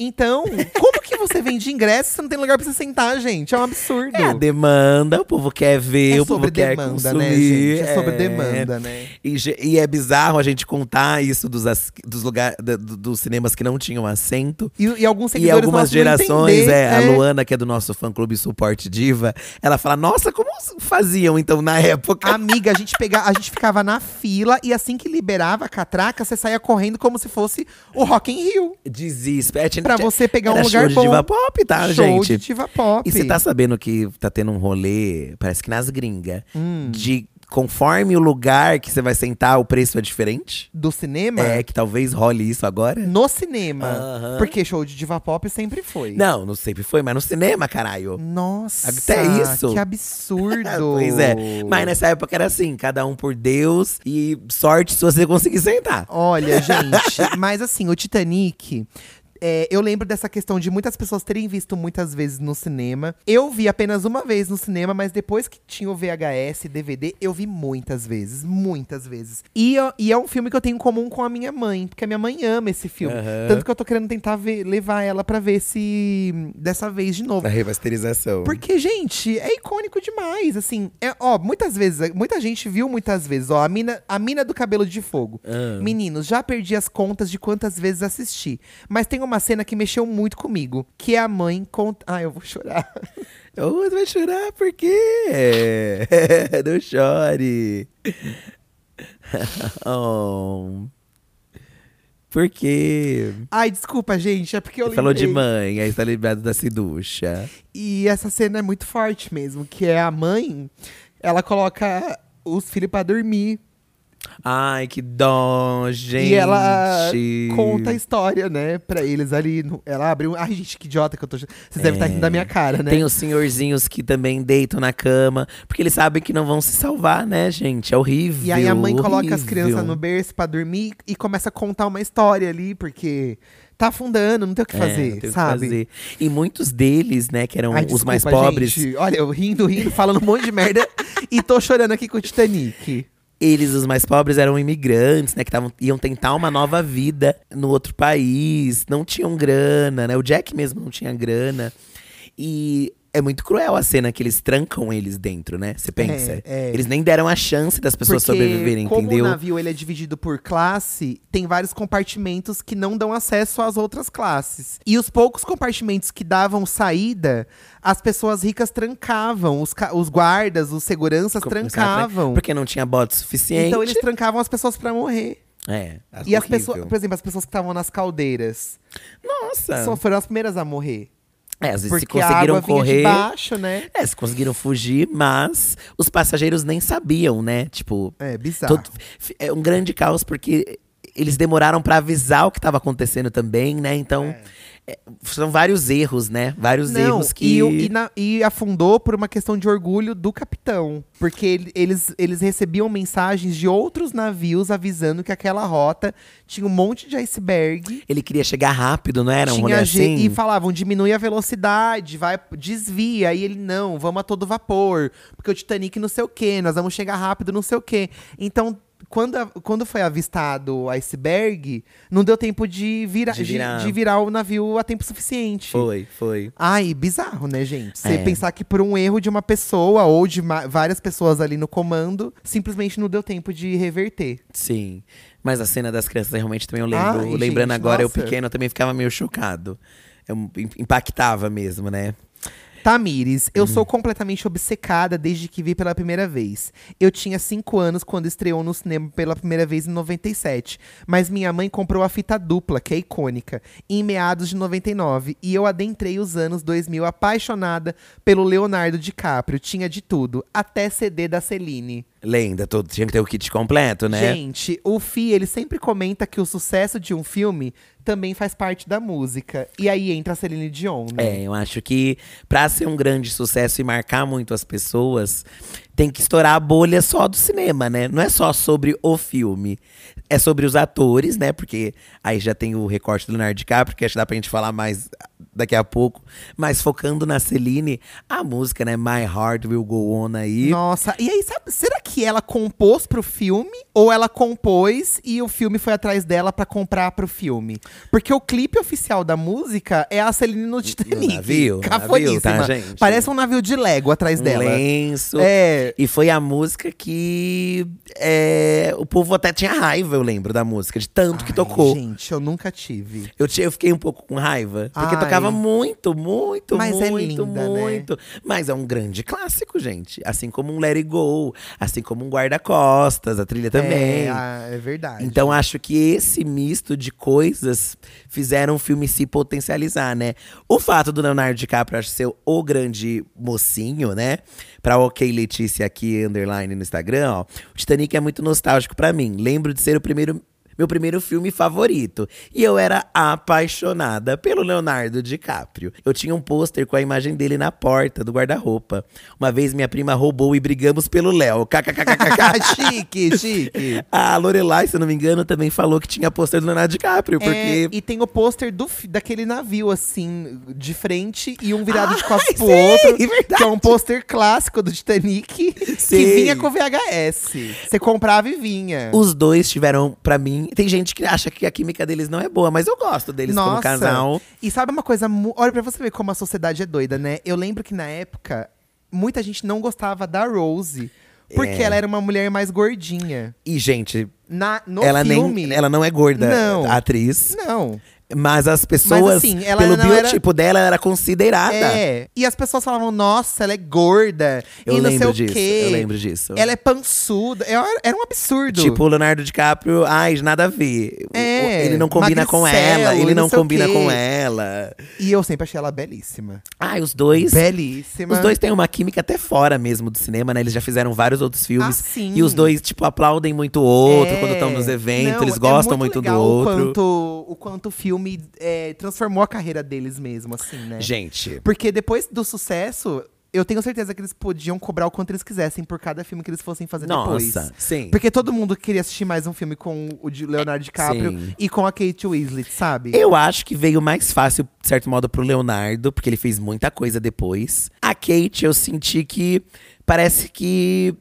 A: Então, como que você vende ingresso se não tem lugar pra você sentar, gente? É um absurdo.
B: É a demanda, o povo quer ver,
A: É
B: o povo
A: sobre
B: quer
A: demanda, né,
B: consumir.
A: gente? É sobre demanda, né?
B: E, ge- e é bizarro a gente contar isso dos, as- dos, lugar, da- do- dos cinemas que não tinham assento.
A: E, e alguns
B: E
A: seguidores
B: algumas
A: nossos não
B: gerações,
A: entender, né?
B: é, a Luana, que é do nosso fã clube Suporte Diva, ela fala: Nossa, como faziam então na época?
A: Amiga, a gente, pega, a gente ficava na fila e assim que liberava a catraca, você saía correndo como se fosse o Rock in Rio.
B: Desespero. é, Tinha-
A: Pra você pegar
B: era
A: um lugar
B: show de
A: bom.
B: diva pop, tá,
A: Show
B: gente?
A: de diva pop.
B: E você tá sabendo que tá tendo um rolê, parece que nas gringas, de conforme o lugar que você vai sentar, o preço é diferente?
A: Do cinema?
B: É, que talvez role isso agora.
A: No cinema.
B: Aham.
A: Porque show de diva pop sempre foi.
B: Não, não sempre foi, mas no cinema, caralho.
A: Nossa,
B: Até isso.
A: que absurdo.
B: pois é. Mas nessa época era assim, cada um por Deus e sorte se você conseguir sentar.
A: Olha, gente, mas assim, o Titanic. é, eu lembro dessa questão de muitas pessoas terem visto muitas vezes no cinema. Eu vi apenas uma vez no cinema, mas depois que tinha o VHS, DVD, eu vi muitas vezes, muitas vezes. E, eu- e é um filme que eu tenho em comum com a minha mãe, porque a minha mãe ama esse filme.
B: Aham.
A: Tanto que eu tô querendo tentar ver- levar ela pra ver se dessa vez de novo.
B: A remasterização.
A: Porque, gente, é icônico demais, assim. É, ó, muitas vezes, muita gente viu muitas vezes, ó, a mina, a mina do cabelo de fogo.
B: Ah.
A: Meninos, já perdi as contas de quantas vezes assisti. Mas tem uma cena que mexeu muito comigo, que é a mãe conta. Ah, eu vou chorar.
B: Oh, tu vai chorar por quê? Não chore. oh. Por quê?
A: Ai, desculpa, gente, é porque eu
B: Você falou de
A: lembrei.
B: mãe, aí você tá lembrado da Siducha.
A: E essa cena é muito forte mesmo, que é a mãe, ela coloca os filhos pra dormir.
B: Ai, que dó, gente.
A: E ela conta a história, né, pra eles ali. no- Ela abre um. Ai, gente, que idiota que eu tô. Vocês devem estar rindo da minha cara, né?
B: Tem os senhorzinhos que também deitam na cama, porque eles sabem que não vão se salvar, né, gente? É horrível.
A: E aí a mãe coloca as
B: horrível.
A: crianças no berço pra dormir e começa a contar uma história ali, porque tá afundando, não tem o que
B: É,
A: fazer,
B: não tem o que
A: sabe?
B: fazer. E muitos deles, né, que eram
A: Ai,
B: os
A: desculpa,
B: mais pobres,
A: gente. Olha, eu rindo, rindo, falando um monte de merda e tô chorando aqui com o Titanic.
B: eles, os mais pobres, eram imigrantes, né? Que tavam, iam tentar uma nova vida no outro país, não tinham grana, né? O Jack mesmo não tinha grana. E é muito cruel a cena que eles trancam eles dentro, né? Você pensa?
A: é.
B: Eles nem deram a chance das pessoas
A: porque
B: sobreviverem,
A: como
B: entendeu?
A: o navio ele é dividido por classe, tem vários compartimentos que não dão acesso às outras classes. E os poucos compartimentos que davam saída, as pessoas ricas trancavam, os, ca- os guardas, os seguranças
B: Como- né?
A: trancavam.
B: Porque não tinha bote suficiente.
A: Então eles trancavam as pessoas pra morrer.
B: É,
A: E as
B: horrível.
A: pessoas, por exemplo, as pessoas que estavam nas caldeiras
B: Nossa!
A: só foram as primeiras a morrer.
B: É, às vezes se
A: Porque a água vinha
B: conseguiram
A: de
B: correr.
A: baixo, né?
B: É, se conseguiram fugir, mas os passageiros nem sabiam, né? Tipo,
A: É, bizarro.
B: Todo- f- é um grande caos porque eles demoraram pra avisar o que tava acontecendo também, né? Então, é, são vários erros, né? Vários
A: Não,
B: erros que
A: e, o- e na- e afundou por uma questão de orgulho do capitão. Porque ele- eles, eles recebiam mensagens de outros navios avisando que aquela rota tinha um monte de iceberg.
B: ele queria chegar rápido, não era um rolê
A: tinha ge-
B: assim?
A: E falavam, diminui a velocidade, vai, desvia. E ele, não, vamos a todo vapor. Porque o Titanic não sei o quê, nós vamos chegar rápido, não sei o quê. Então, quando, a- quando foi avistado o iceberg, não deu tempo de, vira,
B: De
A: de,
B: virar.
A: de virar o navio a tempo suficiente.
B: Foi, foi.
A: Ai, bizarro, né, gente? Você
B: É.
A: pensar que por um erro de uma pessoa ou de ma- várias pessoas ali no comando, simplesmente não deu tempo de reverter.
B: Sim. Mas a cena das crianças realmente também eu lembro.
A: Ai,
B: Lembrando
A: gente,
B: agora, eu
A: nossa.
B: pequeno eu também ficava meio chocado. Eu- im- impactava mesmo, né?
A: Tamires,
B: Uhum.
A: eu sou completamente obcecada desde que vi pela primeira vez. Eu tinha 5 anos quando estreou no cinema pela primeira vez em 97, mas minha mãe comprou a fita dupla, que é icônica, em meados de 99, e eu adentrei os anos 2000 apaixonada pelo Leonardo DiCaprio. Tinha de tudo, até CD da Celine.
B: Lenda, todo, tinha que ter o kit completo, né?
A: Gente, o Fi, ele sempre comenta que o sucesso de um filme também faz parte da música. E aí entra a Celine Dion, né?
B: É, eu acho que pra ser um grande sucesso e marcar muito as pessoas, tem que estourar a bolha só do cinema, né? Não é só sobre o filme. É sobre os atores, né? Porque aí já tem o recorte do Leonardo DiCaprio, que acho que dá pra gente falar mais ah, daqui a pouco. Mas focando na Celine, a música, né? My Heart Will Go On aí.
A: Nossa, e aí, sabe, será que ela compôs pro filme? Ou ela compôs e o filme foi atrás dela pra comprar pro filme? Porque o clipe oficial da música é a Celine no Titanic.
B: navio,
A: Cafoníssima.
B: navio, tá, gente?
A: Parece um navio de Lego atrás
B: Um
A: dela.
B: lenço.
A: É.
B: E foi a música que é, o povo até tinha raiva, eu lembro, da música, de tanto que
A: Ai,
B: tocou.
A: Gente, eu nunca tive.
B: Eu, ti- eu fiquei um pouco com raiva. Porque
A: Ai.
B: tocava muito, muito,
A: Mas é
B: muito,
A: linda, né?
B: muito. Mas é um grande clássico, gente. Assim como um Let It Go, assim como um Guarda-Costas, a trilha também.
A: É, ah, é verdade.
B: Então acho que esse misto de coisas fizeram o filme se potencializar, né? O fato do Leonardo DiCaprio acho, ser o grande mocinho, né? Pra OK Letícia aqui, underline no Instagram, ó. O Titanic é muito nostálgico pra mim. Lembro de ser o primeiro meu primeiro filme favorito. E eu era apaixonada pelo Leonardo DiCaprio. Eu tinha um pôster com a imagem dele na porta do guarda-roupa. Uma vez minha prima roubou e brigamos pelo Léo. KKKKK.
A: Ah, chique, chique.
B: A Lorelai, se eu não me engano, também falou que tinha pôster do Leonardo DiCaprio,
A: É,
B: porque.
A: e tem o pôster do fi- daquele navio, assim, de frente e um
B: Ah,
A: virado de costas pro outro. Que é um pôster clássico do Titanic que
B: Sim.
A: vinha com VHS. Você comprava e vinha.
B: Os dois tiveram, pra mim. Tem gente que acha que a química deles não é boa, mas eu gosto deles como casal.
A: E sabe uma coisa. mu- Olha, pra você ver como a sociedade é doida, né? Eu lembro que na época, muita gente não gostava da Rose.
B: É.
A: Porque ela era uma mulher mais gordinha.
B: E, gente,
A: Na, no
B: ela
A: filme.
B: nem. Ela não é gorda,
A: Não.
B: a atriz.
A: Não.
B: Mas as pessoas,
A: assim, ela
B: pelo
A: não era-
B: biotipo dela, ela era considerada.
A: É. E as pessoas falavam, nossa, ela é gorda.
B: tá. Eu
A: e não sei
B: lembro
A: o
B: disso,
A: quê.
B: eu lembro disso.
A: Ela é pançuda. Eu- Era um absurdo.
B: Tipo, o Leonardo DiCaprio, ai, nada a ver. O-
A: É,
B: ele não combina com
A: magricelo,
B: ela, ele
A: não
B: não,
A: sei o
B: combina
A: quê.
B: com ela.
A: E eu sempre achei ela belíssima.
B: Ai, os dois.
A: Belíssima.
B: Os dois têm uma química até fora mesmo do cinema, né? Eles já fizeram vários outros filmes.
A: Ah, sim.
B: E os dois, tipo, aplaudem muito o outro
A: É.
B: quando estão nos eventos,
A: Não,
B: eles
A: é
B: gostam muito,
A: legal
B: do outro.
A: O quanto, o quanto o filme é, transformou a carreira deles mesmo, assim, né?
B: Gente,
A: Porque depois do sucesso, eu tenho certeza que eles podiam cobrar o quanto eles quisessem por cada filme que eles fossem fazer é depois.
B: nossa, sim.
A: Porque todo mundo queria assistir mais um filme com o de Leonardo DiCaprio
B: Sim.
A: e com a Kate Winslet, sabe?
B: Eu acho que veio mais fácil, de certo modo, pro Leonardo, porque ele fez muita coisa depois. A Kate, eu senti que parece que.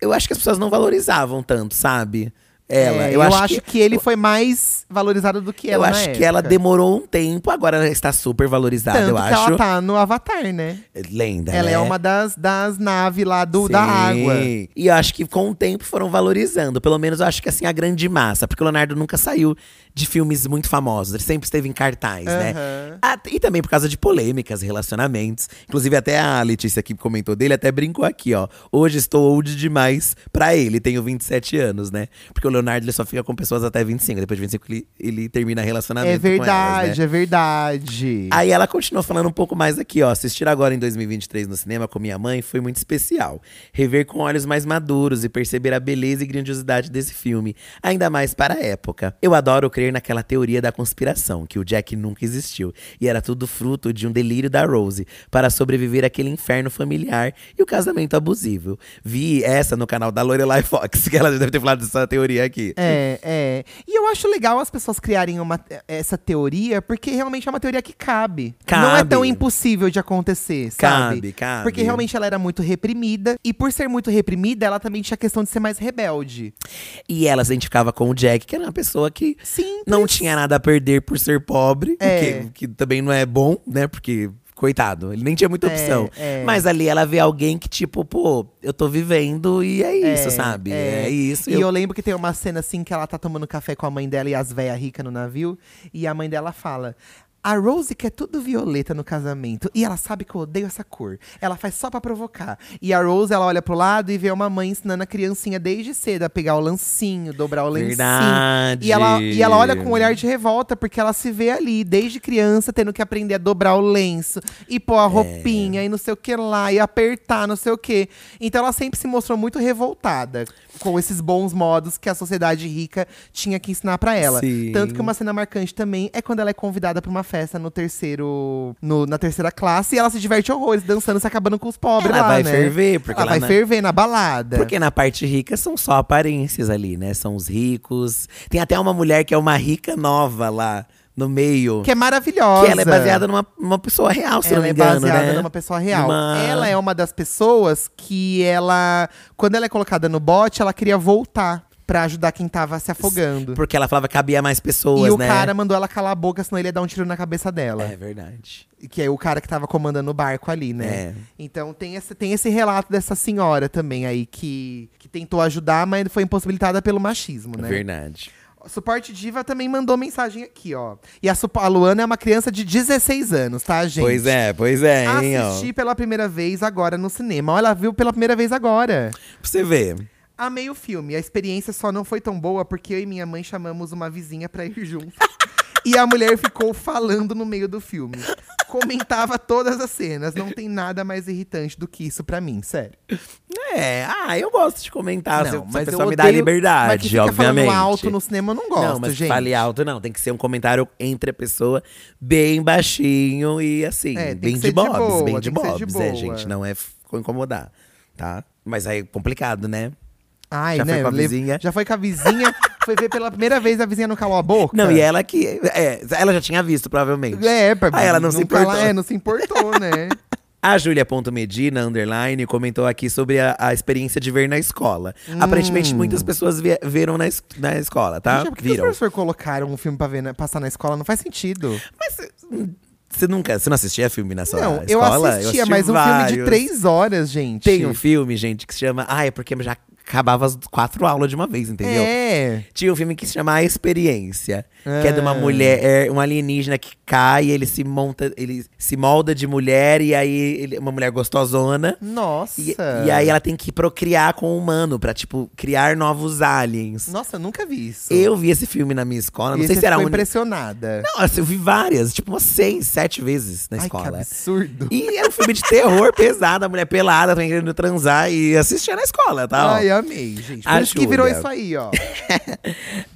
B: Eu acho que as pessoas não valorizavam tanto, sabe? Ela.
A: É,
B: eu, acho, que.
A: ele foi mais valorizado do que
B: Eu
A: ela na
B: acho que ela
A: época.
B: demorou um tempo, agora ela está super valorizada,
A: Tanto
B: eu
A: que
B: acho.
A: ela tá no Avatar, né?
B: Lenda.
A: Ela
B: né?
A: é uma das, das naves lá do, da
B: Sim.
A: água.
B: E eu acho que com o tempo foram valorizando. Pelo menos eu acho que assim, a grande massa. Porque o Leonardo nunca saiu de filmes muito famosos. Ele sempre esteve em cartaz, né?
A: Aham.
B: Ah, e também por causa de polêmicas, relacionamentos. Inclusive, até a Letícia que comentou dele até brincou aqui, ó. Hoje estou old demais pra ele, tenho 27 anos, né? Porque o Leonardo ele só fica com pessoas até 25. Depois de 25, ele, ele termina relacionamento.
A: É
B: com elas, né?
A: verdade, é verdade.
B: Aí ela continua falando um pouco mais aqui, ó. Assistir agora em 2023 no cinema com minha mãe foi muito especial. Rever com olhos mais maduros e perceber a beleza e grandiosidade desse filme, ainda mais para a época. Eu adoro crer naquela teoria da conspiração, que o Jack nunca existiu e era tudo fruto de um delírio da Rose para sobreviver àquele inferno familiar e o casamento abusivo. Vi essa no canal da Lorelai Fox, que ela já deve ter falado dessa teoria aqui.
A: É, é. E eu acho legal as pessoas criarem uma, eh, essa teoria, porque realmente é uma teoria que cabe.
B: Cabe.
A: Não é tão impossível de acontecer, sabe?
B: Cabe, cabe.
A: Porque realmente ela era muito reprimida. E por ser muito reprimida, ela também tinha a questão de ser mais rebelde.
B: E ela se identificava com o Jack, que era uma pessoa que
A: Simples.
B: não tinha nada a perder por ser pobre,
A: É.
B: o que, que também não é bom, né? Porque, coitado, ele nem tinha muita
A: É,
B: opção.
A: é.
B: Mas ali ela vê alguém que, tipo, pô, eu tô vivendo e é isso,
A: É,
B: sabe?
A: é.
B: É, isso.
A: E
B: eu-
A: eu lembro que tem uma cena assim que ela tá tomando café com a mãe dela e as velhas ricas no navio. E a mãe dela fala. A Rose quer tudo violeta no casamento. E ela sabe que eu odeio essa cor. Ela faz só pra provocar. E a Rose, ela olha pro lado e vê uma mãe ensinando a criancinha desde cedo a pegar o lancinho, dobrar o lencinho.
B: Verdade.
A: E ela, e ela olha com um olhar de revolta, porque ela se vê ali, desde criança, tendo que aprender a dobrar o lenço e pôr a
B: É.
A: roupinha e não sei o que lá, e apertar, não sei o que. Então ela sempre se mostrou muito revoltada com esses bons modos que a sociedade rica tinha que ensinar pra ela.
B: Sim.
A: Tanto que uma cena marcante também é quando ela é convidada pra uma festa no terceiro. no- na terceira classe e ela se diverte horrores, dançando, se acabando com os pobres
B: Ela
A: lá,
B: vai
A: né?
B: ferver, porque
A: ela,
B: ela
A: vai
B: na-
A: ferver na balada.
B: Porque na parte rica são só aparências ali, né? São os ricos. Tem até uma mulher que é uma rica nova lá no meio.
A: que é maravilhosa.
B: que ela é baseada numa, numa pessoa real, se eu não
A: ela
B: me
A: é
B: engano,
A: baseada
B: né?
A: numa pessoa real.
B: Numa-
A: Ela é uma das pessoas que ela. Quando ela é colocada no bote, ela queria voltar pra ajudar quem tava se afogando.
B: Porque ela falava que cabia mais pessoas,
A: E o
B: né?
A: cara mandou ela calar a boca, senão ele ia dar um tiro na cabeça dela.
B: É verdade.
A: Que é o cara que tava comandando o barco ali, né?
B: É.
A: Então tem esse, tem esse relato dessa senhora também aí, que, que tentou ajudar, mas foi impossibilitada pelo machismo, né?
B: É Verdade.
A: Suporte Diva também mandou mensagem aqui, ó. E a, supo- a Luana é uma criança de 16 anos, tá, gente?
B: Pois é, pois é, hein, ó.
A: Assisti pela primeira vez agora no cinema. Olha, ela viu pela primeira vez agora.
B: Pra você ver.
A: Amei o filme. A experiência só não foi tão boa porque eu e minha mãe chamamos uma vizinha pra ir junto. e a mulher ficou falando no meio do filme. Comentava todas as cenas. Não tem nada mais irritante do que isso pra mim, sério.
B: É, ah, eu gosto de comentar. se,
A: não,
B: mas se a pessoa me dá
A: odeio-
B: liberdade,
A: mas que fica
B: obviamente.
A: falando alto no cinema, eu não gosto,
B: não, mas
A: gente.
B: fale alto, não. Tem que ser um comentário entre a pessoa, bem baixinho e assim,
A: É, tem que
B: bem
A: ser
B: de
A: de
B: bobs,
A: boa, tem
B: bem de
A: que ser de
B: bobs. É,
A: boa.
B: gente, não é f- incomodar, tá? Mas aí é complicado, né?
A: Ai,
B: Já
A: né?
B: foi com a
A: lev-
B: vizinha.
A: Já foi com a vizinha. foi ver pela primeira vez a vizinha não calou a boca.
B: Não, e ela que. é, ela já tinha visto, provavelmente.
A: É, pra
B: Aí ela não se
A: nunca ela-
B: importou.
A: é, não se importou, né?
B: A Julia.medina, underline, comentou aqui sobre a, a experiência de ver na escola. Aparentemente, muitas pessoas vi- viram na, es- na escola,
A: Hum.
B: tá?
A: Gente, é por que que os
B: viram.
A: professores colocaram um filme pra ver na- passar na escola? Não faz sentido.
B: Você nunca. Você não assistia filme na sua
A: não, eu
B: escola?
A: assistia,
B: assisti
A: mas um filme de
B: vários.
A: três horas, gente.
B: Tem um filme, gente, que se chama. Ah, é porque já acabava as quatro aulas de uma vez, entendeu?
A: É.
B: Tinha um filme que se chama A Experiência, que é de uma
A: Ah.
B: mulher, é um alienígena que cai, ele se monta, ele se molda de mulher e aí ele é uma mulher gostosona.
A: Nossa.
B: E, e aí ela tem que procriar com o humano pra, tipo, criar novos aliens.
A: Nossa, eu nunca vi isso.
B: Eu vi esse filme na minha escola, não
A: E
B: sei
A: você
B: se era a
A: ficou
B: única.
A: impressionada.
B: Nossa, eu vi várias, tipo umas seis, sete vezes na
A: Ai, que
B: escola.
A: absurdo.
B: E era um filme de terror pesado, a mulher pelada, tá querendo transar e assistia na escola, tá? ó.
A: Ai, amei, gente. Por isso que
B: Ajuda.
A: virou isso aí, ó.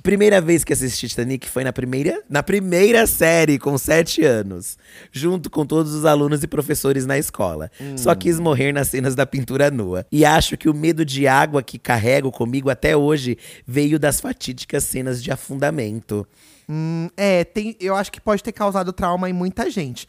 B: Primeira vez que assisti Titanic foi na primeira, na primeira série, com sete anos, junto com todos os alunos e professores na escola.
A: Hum.
B: Só quis morrer nas cenas da pintura nua. E acho que o medo de água que carrego comigo até hoje veio das fatídicas cenas de afundamento.
A: Hum, é, tem, eu acho que pode ter causado trauma em muita gente.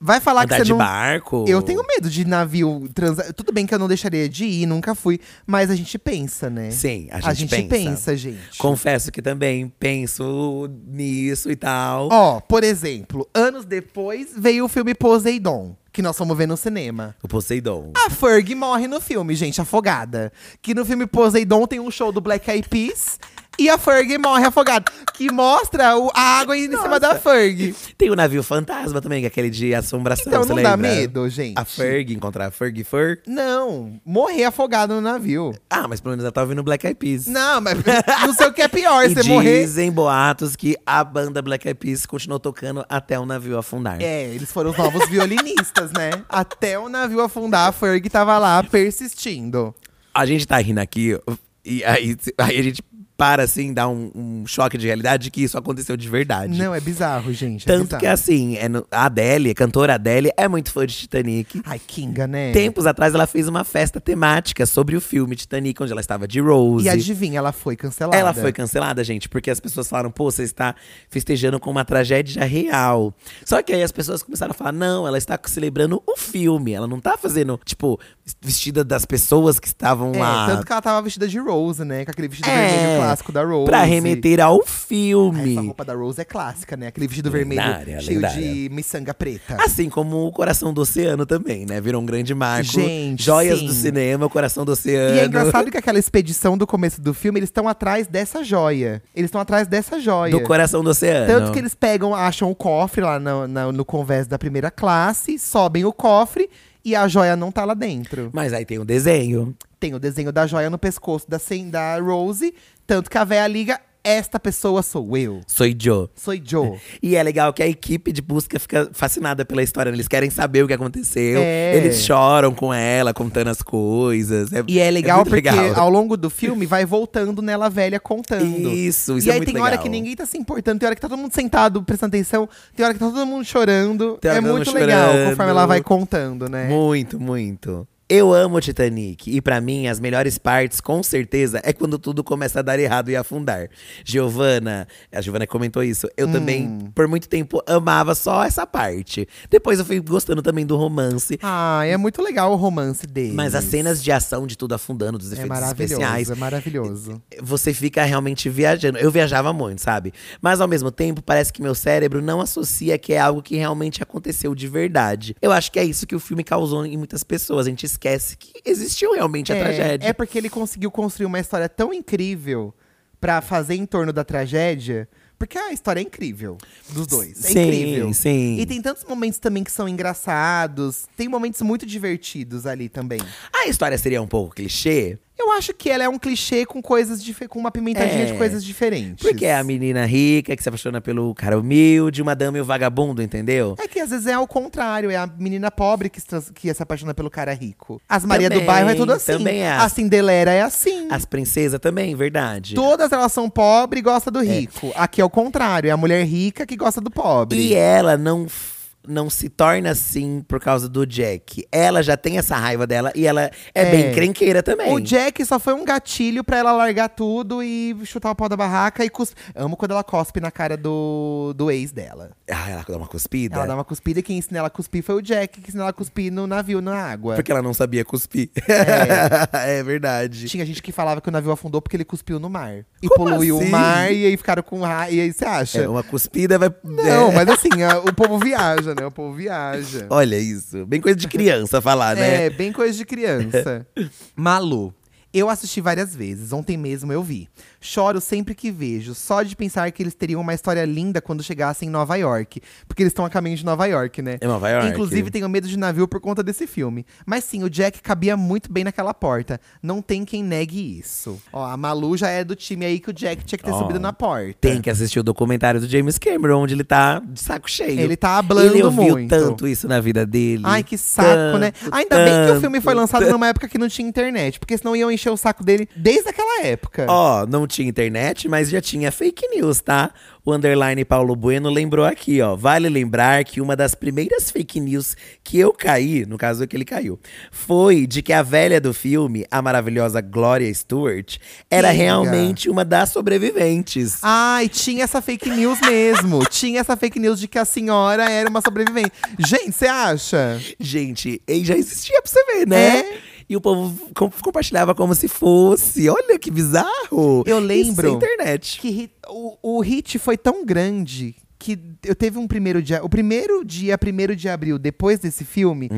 A: Vai falar que
B: Andar
A: você
B: de
A: não…
B: barco.
A: Eu tenho medo de navio transa... Tudo bem que eu não deixaria de ir, nunca fui. Mas a gente pensa, né?
B: Sim, a gente,
A: pensa. gente.
B: Confesso que também penso nisso e tal.
A: Ó, por exemplo, anos depois veio o filme Poseidon. Que nós fomos ver no cinema.
B: O Poseidon.
A: A Ferg morre no filme, gente, afogada. Que no filme Poseidon tem um show do Black Eyed Peas. E a Ferg morre afogada. Que mostra o- a água indo em cima da Ferg.
B: Tem o navio fantasma também, que é aquele de assombração.
A: Então
B: você
A: não dá
B: lembra?
A: medo, gente.
B: A Ferg, encontrar a Ferg Fur.
A: Não, morrer afogado no navio.
B: Ah, mas pelo menos ela tá ouvindo Black Eyed Peas.
A: Não, mas não sei o que é pior,
B: E
A: você morrer.
B: dizem boatos que a banda Black Eyed Peas continuou tocando até o navio afundar.
A: É, eles foram os novos violinistas, né? Até o navio afundar, a Ferg tava lá persistindo.
B: A gente tá rindo aqui, e aí, aí a gente para assim, dá um, um choque de realidade que isso aconteceu de verdade.
A: Não, é bizarro, gente. é
B: Tanto
A: bizarro.
B: que assim, é no- a Adele, a cantora Adele, é muito fã de Titanic.
A: Ai, Kinga, né?
B: Tempos atrás ela fez uma festa temática sobre o filme Titanic, onde ela estava de Rose.
A: E adivinha, ela foi cancelada. É,
B: Ela foi cancelada, gente, porque as pessoas falaram, pô, você está festejando com uma tragédia real. Só que aí as pessoas começaram a falar, não, ela está celebrando o filme. Ela não tá fazendo, tipo, vestida das pessoas que estavam
A: É,
B: lá.
A: tanto que ela tava vestida de Rose, né? Com aquele vestido
B: É,
A: vermelho clássico da Rose.
B: Pra remeter ao
A: Ai, Essa
B: filme.
A: roupa da Rose é clássica, né? Aquele vestido
B: Lendária,
A: vermelho cheio
B: lendária.
A: de miçanga preta.
B: Assim como o Coração do Oceano também, né? Virou um grande marco.
A: Gente,
B: Joias
A: sim.
B: do cinema, o Coração do Oceano.
A: E é engraçado que aquela expedição do começo do filme, eles estão atrás dessa joia. Eles estão atrás dessa joia.
B: Do Coração do Oceano.
A: Tanto que eles pegam, acham o cofre lá no, na- no convés da primeira classe, sobem o cofre e a joia não tá lá dentro.
B: Mas aí tem um desenho.
A: Tem o desenho da joia no pescoço da, Sen- da Rose, tanto que a véia liga, esta pessoa sou eu.
B: Sou Joe.
A: Sou Joe.
B: E é legal que a equipe de busca fica fascinada pela história. né? Eles querem saber o que aconteceu.
A: É.
B: Eles choram com ela, contando as coisas.
A: E é legal
B: muito
A: porque
B: legal.
A: ao longo do filme vai voltando nela velha contando.
B: Isso, isso
A: e
B: é
A: aí
B: muito
A: tem
B: legal.
A: hora que ninguém tá se importando, tem hora que tá todo mundo sentado prestando atenção, tem hora que tá todo mundo chorando.
B: Tem hora
A: É
B: que tá todo
A: muito
B: mundo
A: legal
B: chorando.
A: conforme ela vai contando, né?
B: Muito, muito. É. Eu amo Titanic e pra mim as melhores partes, com certeza, é quando tudo começa a dar errado e afundar. Giovana, a Giovana comentou isso. Eu
A: Hum.
B: também, por muito tempo, amava só essa parte. Depois eu fui gostando também do romance.
A: Ah, é muito legal o romance dele.
B: Mas as cenas de ação de tudo afundando, dos
A: é
B: efeitos
A: maravilhoso,
B: especiais,
A: é maravilhoso.
B: você fica realmente viajando. Eu viajava muito, sabe? Mas ao mesmo tempo, parece que meu cérebro não associa que é algo que realmente aconteceu de verdade. Eu acho que é isso que o filme causou em muitas pessoas. A gente esquece que existiu realmente a tragédia.
A: É porque ele conseguiu construir uma história tão incrível pra fazer em torno da tragédia. Porque a história é incrível dos dois. É
B: Sim,
A: incrível.
B: sim.
A: E tem tantos momentos também que são engraçados. Tem momentos muito divertidos ali também.
B: A história seria um pouco clichê?
A: Eu acho que ela é um clichê com coisas dif- com uma pimentadinha
B: É.
A: de coisas diferentes.
B: Porque é a menina rica que se apaixona pelo cara humilde, uma dama e o vagabundo, entendeu?
A: É que às vezes é ao contrário, é a menina pobre que se, trans- que se apaixona pelo cara rico. As Maria do
B: Também,
A: Bairro é tudo assim.
B: também é.
A: A Cindelera é assim.
B: As princesas também, verdade.
A: Todas elas são pobres e gostam do rico. Aqui é o contrário, é a mulher rica que gosta do pobre.
B: E é. ela não, f- não se torna assim por causa do Jack. Ela já tem essa raiva dela e ela é,
A: É.
B: bem crenqueira também.
A: O Jack só foi um gatilho pra ela largar tudo e chutar o pau da barraca e cuspe. Amo quando ela cospe na cara do, do ex dela.
B: Ah, ela dá uma cuspida.
A: Ela dá uma cuspida e quem ensinou ela a cuspir foi o Jack, que ensinou ela a cuspir no navio, na água.
B: Porque ela não sabia cuspir. É, verdade.
A: Tinha gente que falava que o navio afundou porque ele cuspiu no mar. E
B: Como
A: poluiu
B: assim?
A: o mar e aí ficaram com raiva. E aí você acha?
B: É, uma cuspida vai.
A: Não,
B: é.
A: mas assim, a- o povo viaja, né? O povo viaja.
B: Olha isso. Bem coisa de criança falar, né?
A: É, bem coisa de criança. Malu. Eu assisti várias vezes, ontem mesmo eu vi. Choro sempre que vejo, só de pensar que eles teriam uma história linda quando chegassem em Nova York. Porque eles estão a caminho de Nova York, né?
B: É Nova York.
A: Inclusive, tenho medo de navio por conta desse filme. Mas sim, o Jack cabia muito bem naquela porta. Não tem quem negue isso. Ó, a Malu já é do time aí que o Jack tinha que ter
B: Ó,
A: subido na porta.
B: Tem que assistir o documentário do James Cameron, onde ele tá de saco cheio.
A: Ele tá hablando
B: Ele ouviu
A: muito.
B: tanto isso na vida dele.
A: Ai, que saco, né?
B: Tanto,
A: Ainda bem que o filme foi
B: tanto,
A: lançado numa época que não tinha internet, porque senão iam encher o saco dele desde aquela época.
B: Ó, não tinha internet, mas já tinha fake news, tá? O underline Paulo Bueno lembrou aqui, ó. Vale lembrar que uma das primeiras fake news que eu caí, no caso é que ele caiu, foi de que a velha do filme, a maravilhosa Gloria Stewart, era
A: Amiga.
B: realmente uma das sobreviventes.
A: Ai, tinha essa fake news mesmo. tinha essa fake news de que a senhora era uma sobrevivente. Gente, você acha?
B: Gente, ele já existia pra você ver, né?
A: É.
B: E o povo com- compartilhava como se fosse. Olha que bizarro!
A: Eu
B: Isso
A: lembro.
B: é internet.
A: Que hit- o, o hit foi tão grande que eu teve um primeiro dia. O primeiro dia, primeiro de abril, depois desse filme,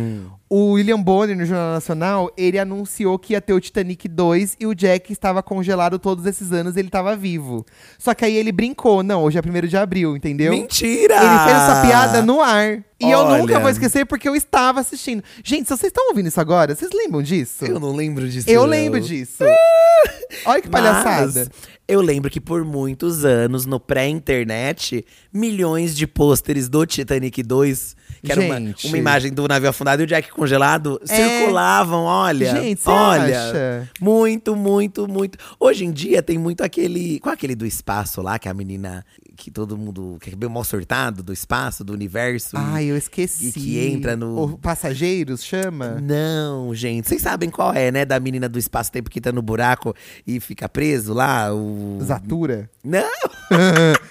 A: o William Bonner, no Jornal Nacional, ele anunciou que ia ter o Titanic 2 e o Jack estava congelado todos esses anos e ele estava vivo. Só que aí ele brincou, não, hoje é primeiro de abril, entendeu?
B: Mentira!
A: Ele fez essa piada no ar. E eu nunca
B: Ah. Olha.
A: vou esquecer porque eu estava assistindo. Gente, se vocês estão ouvindo isso agora, vocês lembram disso?
B: Eu não lembro disso.
A: Eu
B: não.
A: lembro disso. Olha que palhaçada.
B: Mas eu lembro que por muitos anos, no pré-internet, milhões de pôsteres do Titanic 2, que era uma,
A: Gente.
B: uma imagem do navio afundado e o Jack congelado,
A: É.
B: circulavam, olha.
A: Gente, cê
B: olha.
A: acha?
B: Muito, muito, muito. Hoje em dia tem muito aquele. Qual é aquele do espaço lá, que é a menina. Que todo mundo. Que é bem mal sortado do espaço, do universo. e-
A: Ai, eu esqueci.
B: E que entra no-
A: O Passageiros chama?
B: Não, gente. Vocês sabem qual é, né? Da menina do espaço-tempo que tá no buraco e fica preso lá. O...
A: Zatura?
B: Não!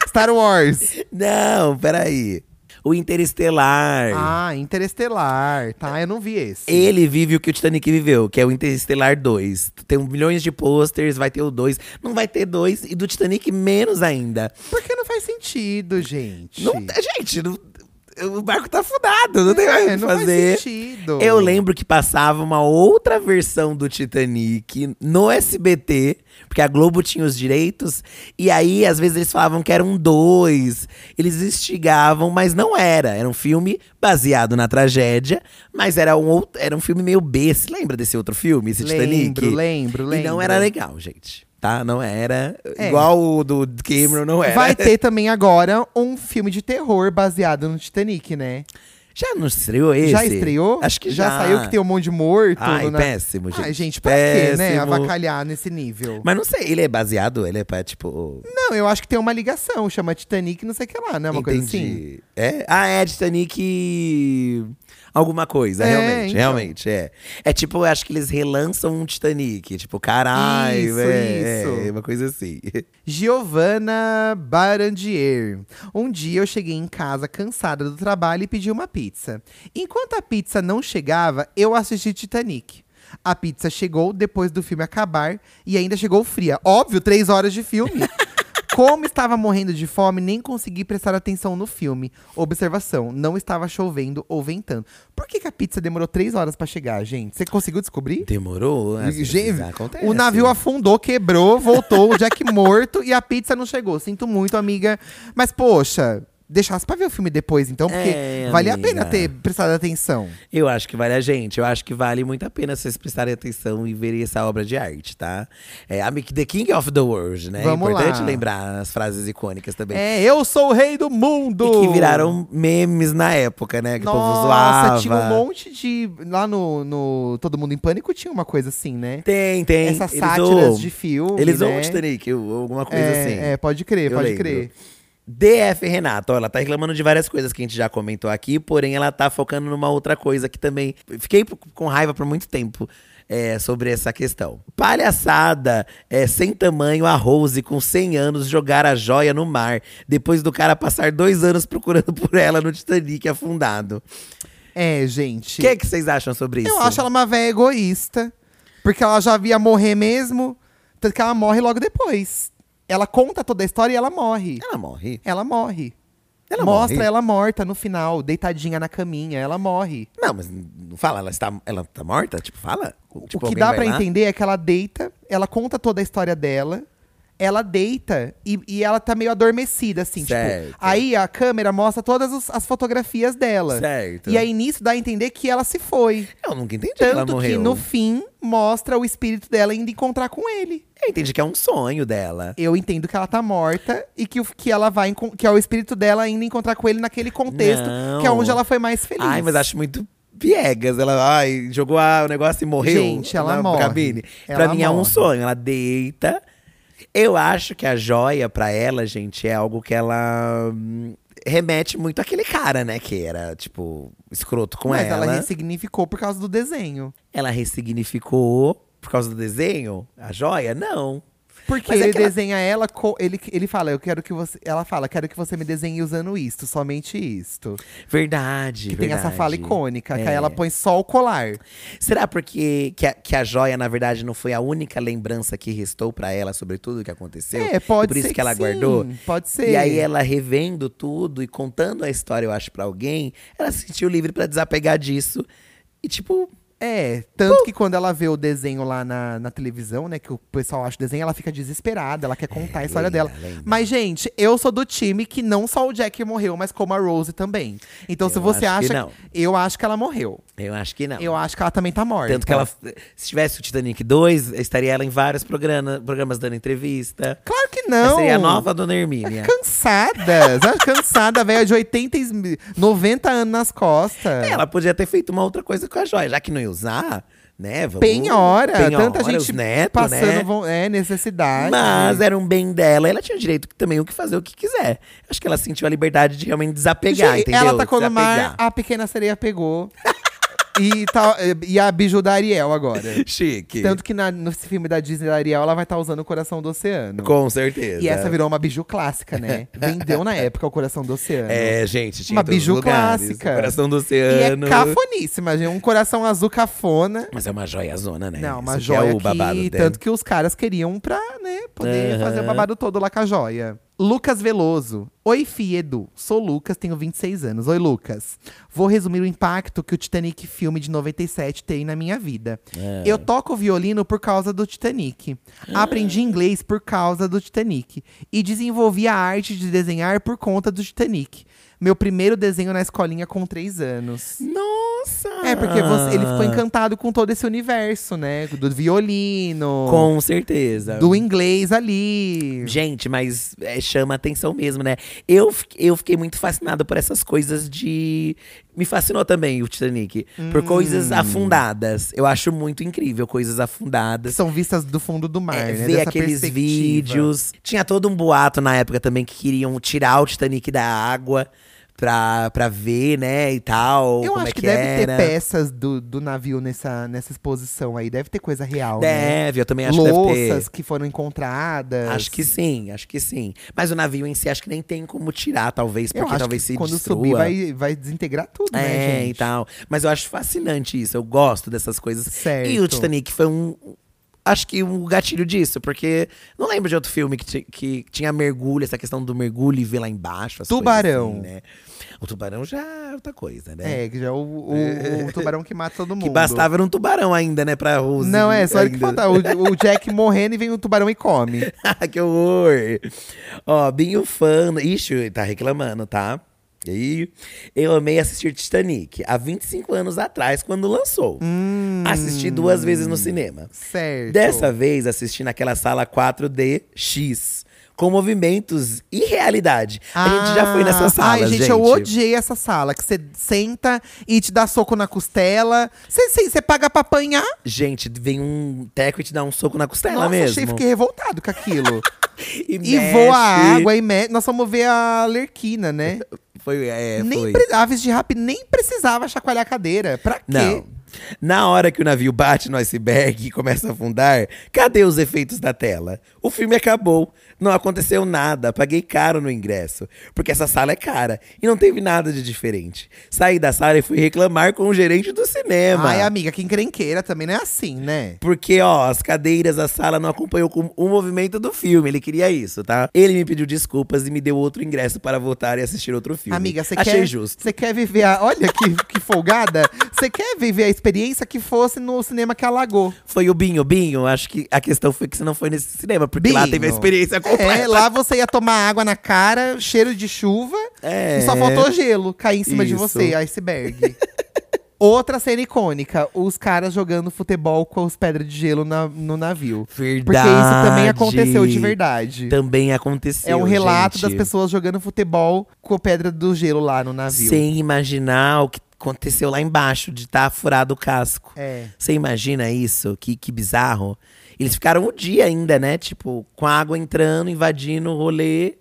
A: Star Wars.
B: Não, peraí. O Interestelar.
A: Ah, Interestelar, tá? Eu não vi esse.
B: Ele vive o que o Titanic viveu, que é o Interestelar 2. Tem milhões de posters, vai ter o 2. Não vai ter dois e do Titanic menos ainda.
A: Porque não faz sentido, gente.
B: Não, gente, não- o barco tá afundado, não tem mais o
A: é,
B: que
A: não
B: fazer.
A: faz sentido.
B: Eu lembro que passava uma outra versão do Titanic no SBT, porque a Globo tinha os direitos, e aí às vezes eles falavam que eram dois. Eles instigavam, mas não era. Era um filme baseado na tragédia, mas era um, outro, era um filme meio B. Você lembra desse outro filme, esse Titanic?
A: Lembro, lembro,
B: E
A: lembro.
B: não era legal, gente. Tá? Não era.
A: É.
B: Igual o do Cameron, não era.
A: Vai ter também agora um filme de terror baseado no Titanic, né?
B: Já não estreou esse?
A: Já estreou?
B: Acho que já.
A: já. saiu que tem um monte de morto.
B: Ai,
A: na-
B: péssimo, gente.
A: Ai, gente, pra quê, né?
B: Péssimo.
A: Avacalhar nesse nível.
B: Mas não sei, ele é baseado? Ele é pra, tipo.
A: Não, eu acho que tem uma ligação, chama Titanic, não sei o que lá, né? Uma coisa assim.
B: entendi. É? Ah, é Titanic. e Alguma coisa,
A: É,
B: realmente,
A: então.
B: realmente, é. É tipo, eu acho que eles relançam um Titanic. Tipo, caralho,
A: Isso,
B: é,
A: isso.
B: é, uma coisa assim.
A: Giovanna Barandier. Um dia eu cheguei em casa cansada do trabalho e pedi uma pizza. Enquanto a pizza não chegava, eu assisti Titanic. A pizza chegou depois do filme acabar e ainda chegou fria. Óbvio, três horas de filme. Como estava morrendo de fome, nem consegui prestar atenção no filme. Observação: não estava chovendo ou ventando. Por que, que a pizza demorou três horas pra chegar, gente? Você conseguiu descobrir?
B: Demorou? às vezes
A: Gente,
B: acontece.
A: o navio afundou, quebrou, voltou, o Jack morto e a pizza não chegou. Sinto muito, amiga. Mas, poxa, deixasse pra ver o filme depois, então, porque
B: É,
A: vale a
B: amiga.
A: pena ter prestado atenção.
B: Eu acho que vale a gente. Eu acho que vale muito a pena vocês prestarem atenção e verem essa obra de arte, tá? É a Mick- The King of the World, né?
A: Vamos
B: é importante
A: lá.
B: lembrar as frases icônicas também.
A: É, eu sou o rei do
B: E
A: mundo!
B: que viraram memes na época, né? Que o povo zoava.
A: Nossa, tinha um monte de. Lá no, no Todo Mundo em Pânico tinha uma coisa assim, né?
B: Tem, tem.
A: Essas
B: Eles
A: sátiras
B: zoam.
A: de filme.
B: Eles
A: né?
B: zoam o Titanic, ou alguma coisa
A: é,
B: assim.
A: é, pode crer,
B: Eu
A: pode
B: lembro.
A: crer.
B: DF Renato, ó, ela tá reclamando de várias coisas que a gente já comentou aqui, porém ela tá focando numa outra coisa que também. Fiquei p- com raiva por muito tempo é, sobre essa questão. Palhaçada é, sem tamanho a Rose com 100 anos jogar a joia no mar, depois do cara passar dois anos procurando por ela no Titanic afundado.
A: É,
B: O
A: gente.
B: que, é que vocês acham sobre isso?
A: Eu acho ela uma véia egoísta. Porque ela já via morrer mesmo. Tanto que ela morre logo depois. Ela conta toda a história e ela morre.
B: Ela morre.
A: Ela morre.
B: Ela
A: Mostra
B: morre?
A: ela morta no final, deitadinha na caminha. Ela morre.
B: Não, mas não fala, ela está, ela tá morta? Tipo, fala? Tipo,
A: o que
B: alguém
A: dá
B: vai
A: pra
B: lá?
A: entender é que ela deita, ela conta toda a história dela, ela deita e, e ela tá meio adormecida, assim,
B: Certo.
A: tipo. Aí a câmera mostra todas os- as fotografias dela.
B: Certo.
A: E aí nisso dá a entender que ela se foi.
B: Eu nunca entendi que ela
A: Tanto
B: morreu.
A: que no fim mostra o espírito dela indo encontrar com ele.
B: Eu entendi que é um sonho dela.
A: Eu entendo que ela tá morta e que, o- que ela vai encon- que é o espírito dela indo encontrar com ele naquele contexto,
B: Não.
A: que é onde ela foi mais feliz.
B: Ai, mas acho muito piegas. Ela ai, jogou ah, o negócio e morreu.
A: Gente, ela
B: na
A: morre.
B: Cabine.
A: Ela
B: pra mim é um
A: morre.
B: sonho. Ela deita. Eu acho que a joia pra ela, gente, é algo que ela hum, remete muito àquele cara, né? Que era, tipo, escroto com
A: mas
B: ela.
A: ela ressignificou por causa do desenho.
B: Ela ressignificou por causa do desenho? A joia? Não.
A: Porque
B: Mas é
A: ele
B: que ela-
A: desenha ela, co- ele, ele fala, eu quero que você. Ela fala, quero que você me desenhe usando isto, somente isto.
B: Verdade.
A: Que tem essa
B: verdade.
A: fala icônica, que
B: É.
A: aí ela põe só o colar.
B: Será porque que a, que a joia, na verdade, não foi a única lembrança que restou pra ela sobre tudo o que aconteceu?
A: É, pode
B: Por
A: ser.
B: isso que ela guardou?
A: sim, pode ser.
B: E aí ela revendo tudo e contando a história, eu acho, pra alguém, ela se sentiu livre pra desapegar disso. E tipo,
A: É, tanto
B: Uh!
A: que quando ela vê o desenho lá na, na televisão, né, que o pessoal acha o desenho, ela fica desesperada, ela quer contar a história
B: lembra,
A: dela.
B: lembra.
A: Mas, gente, eu sou do time que não só o Jack morreu, mas como a Rose também. Então, se
B: Eu
A: você
B: acho que
A: acha.
B: não.
A: Eu acho que ela morreu.
B: eu acho que não.
A: Eu acho que ela também tá morta.
B: Tanto que ela. Se tivesse o Titanic 2, estaria ela em vários programa, programas dando entrevista.
A: Claro que não!
B: Seria é a nova Dona Hermínia.
A: Cansada, sabe? cansada, velha de 80, e 90 anos nas costas.
B: É, Ela podia ter feito uma outra coisa com a joia, já que não ia usar, né? Vamos,
A: penhora, tanta
B: penhora,
A: gente
B: os netos,
A: passando
B: né?
A: von- é, necessidade.
B: Mas era um bem dela, ela tinha o direito também o que fazer o que quiser. Acho que ela sentiu a liberdade de realmente desapegar,
A: Gente,
B: entendeu?
A: Ela tá tacou no mar,
B: Desapegar.
A: a pequena sereia pegou. e, tá, e a biju da Ariel agora.
B: Chique.
A: Tanto que na, nesse filme da Disney da Ariel, ela vai estar usando o coração do oceano.
B: Com certeza.
A: E essa virou uma biju clássica, né? Vendeu na época o coração do oceano.
B: É, gente, tinha
A: Uma
B: em todos os
A: biju
B: lugares,
A: clássica.
B: o Coração do
A: E é
B: oceano.
A: cafoníssima, gente. Um coração azul cafona.
B: Mas é uma joia zona, né?
A: Não, uma
B: Isso aqui
A: joia
B: é o
A: que,
B: babado dela.
A: tanto que os caras queriam pra, né, poder
B: Aham.
A: fazer o babado todo lá com a joia. Lucas Veloso. Oi, Fi, Edu. Sou Lucas, tenho 26 anos. Oi, Lucas. Vou resumir o impacto que o Titanic filme de 97 tem na minha vida.
B: É.
A: Eu toco violino por causa do Titanic.
B: Ah.
A: Aprendi inglês por causa do Titanic. E desenvolvi a arte de desenhar por conta do Titanic. Meu primeiro desenho na escolinha com 3 anos.
B: Nossa!
A: É, porque você- ele ficou
B: Ah.
A: encantado com todo esse universo, né? Do violino,
B: Com certeza.
A: do inglês ali.
B: Gente, mas é, chama atenção mesmo, né? Eu, fi- eu fiquei muito fascinado por essas coisas de. Me fascinou também o Titanic. Por coisas
A: Hum.
B: afundadas. Eu acho muito incrível coisas
A: Que
B: afundadas.
A: são vistas do fundo do mar,
B: É,
A: né?
B: ver
A: Dessa
B: aqueles
A: perspectiva.
B: vídeos. Tinha todo um boato na época também que queriam tirar o Titanic da água pra, pra ver, né? E tal.
A: Eu
B: como
A: acho
B: é
A: que,
B: que,
A: deve ter
B: era.
A: peças do, do navio nessa, nessa exposição aí. Deve ter coisa real, né?
B: Deve, eu também acho que deve ter.
A: Louças que foram encontradas.
B: Acho que sim, acho que sim. Mas o navio em si, acho que nem tem como tirar, talvez,
A: Eu
B: porque
A: acho
B: talvez
A: que
B: se
A: quando
B: destrua.
A: subir vai, vai desintegrar tudo, né,
B: É,
A: gente?
B: e tal. Mas eu acho fascinante isso. Eu gosto dessas coisas.
A: Certo.
B: E o Titanic foi um. acho que o gatilho disso, porque não lembro de outro filme que, ti- que tinha mergulho, essa questão do mergulho e ver lá embaixo. as coisas
A: Tubarão.
B: assim, né? O tubarão já é outra coisa, né?
A: É, que já é o, o- o tubarão que mata todo mundo.
B: Que bastava era um tubarão ainda, né, pra Rose.
A: Não, é, só ele que
B: ainda.
A: falta. O, o Jack morrendo e vem o tubarão e come.
B: Ah, que horror! Ó, Binho Fano. Ixi, tá reclamando, tá? E aí, eu amei assistir Titanic há 25 anos atrás, quando lançou.
A: Hum.
B: Assisti duas vezes no cinema.
A: Certo.
B: Dessa vez, assisti naquela sala 4DX. Com movimentos e realidade. a gente já foi nessa sala,
A: Ah. Ai, gente,
B: gente.
A: eu odiei essa sala. Que você senta e te dá soco na costela. Você paga pra apanhar?
B: Gente, vem um teco e te dá um soco na costela
A: Nossa,
B: mesmo.
A: achei, fiquei revoltado com aquilo.
B: E,
A: e
B: mexe.
A: voa a água e me... Nós fomos ver a Lerquina, né?
B: Foi, é,
A: nem
B: foi.
A: pre... Aves de rap nem precisava chacoalhar a cadeira. Pra quê?
B: Não. Na hora que o navio bate no iceberg e começa a afundar, cadê os efeitos da tela? O filme acabou. Não aconteceu nada. Paguei caro no ingresso. Porque essa sala é cara. E não teve nada de diferente. Saí da sala e fui reclamar com o gerente do cinema.
A: Ai, amiga, que encrenqueira também não é assim, né?
B: Porque, ó, as cadeiras, a sala não acompanhou com o movimento do filme. Ele queria isso, tá? Ele me pediu desculpas e me deu outro ingresso para voltar e assistir outro filme.
A: Amiga, você
B: Achei
A: quer,
B: justo.
A: você quer viver a. Olha que, que folgada! Você quer viver a experiência que fosse no cinema que alagou.
B: Foi o Binho, Binho. Acho que a questão foi que você não foi nesse cinema, porque lá
A: Binho.
B: teve a experiência completa.
A: É, lá você ia tomar água na cara, cheiro de chuva,
B: É.
A: e só faltou gelo cair em cima de
B: Isso.
A: você, iceberg. Outra cena icônica: os caras jogando futebol com as pedras de gelo na- no navio. Porque isso também aconteceu de verdade.
B: Também aconteceu.
A: é um relato das
B: gente.
A: pessoas jogando futebol com a pedra do gelo lá no navio.
B: Sem imaginar o que aconteceu lá embaixo, de estar furado o casco.
A: É.
B: Você imagina isso? Que, que bizarro. Eles ficaram o dia ainda, né? Tipo, com a água entrando, invadindo o rolê.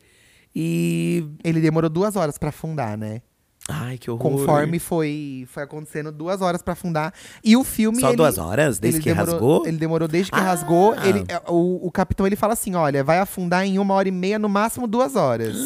B: E.
A: Ele demorou duas horas pra afundar, né?
B: Ai, que horror.
A: Conforme foi, foi acontecendo, duas horas pra afundar. E o filme.
B: Só
A: ele-
B: duas horas? Desde
A: ele
B: que
A: demorou-
B: rasgou?
A: Ele demorou desde que
B: Ah!
A: rasgou. Ele, é, o, o capitão ele fala assim: olha, vai afundar em uma hora e meia, no máximo duas horas.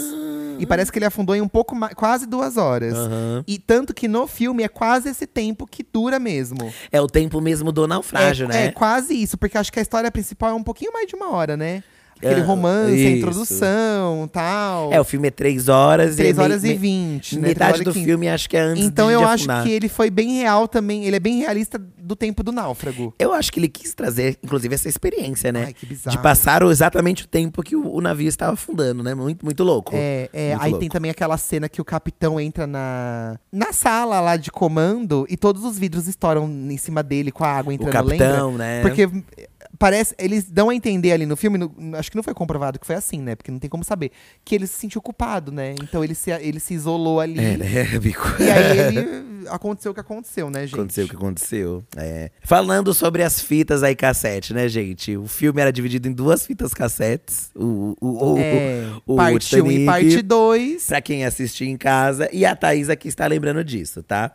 A: E parece que ele afundou em um pouco mais, quase duas horas.
B: Aham.
A: E tanto que no filme é quase esse tempo que dura mesmo.
B: É o tempo mesmo do naufrágio,
A: é,
B: né?
A: é quase isso, porque acho que a história principal é um pouquinho mais de uma hora, né? Aquele
B: Ah,
A: romance, a
B: isso.
A: introdução tal.
B: É, o filme é três horas
A: três
B: e. é me-
A: horas e
B: me-
A: vinte, né? Três
B: Metade
A: horas e
B: do
A: quinze.
B: filme acho que é antes
A: Então
B: de
A: eu
B: de
A: acho
B: afundar.
A: que ele foi bem real também. Ele é bem realista do tempo do náufrago.
B: Eu acho que ele quis trazer, inclusive, essa experiência, né?
A: Ai, que bizarro.
B: De passar o- exatamente o tempo que o, o navio estava afundando, né? Muito, muito louco.
A: É, é,
B: Muito
A: aí
B: louco.
A: tem também aquela cena que o capitão entra na, na sala lá de comando e todos os vidros estouram em cima dele com a água
B: O
A: entrando, lembra?
B: capitão, né?
A: Porque eh, parece. Eles dão a entender ali no filme, no- acho que não foi comprovado que foi assim, né? Porque não tem como saber. Que ele se sentiu culpado, né? Então ele se, ele se isolou ali.
B: É, né, Bico?
A: E aí ele. Aconteceu o que aconteceu, né, gente?
B: Aconteceu o que aconteceu. É. Falando sobre as fitas aí cassete, né, gente? O filme era dividido em duas fitas cassetes. O, o, o,
A: É,
B: o,
A: parte 1
B: Titanic.
A: e parte 2.
B: Pra quem assistir em casa. E a Thaís aqui está lembrando disso, tá?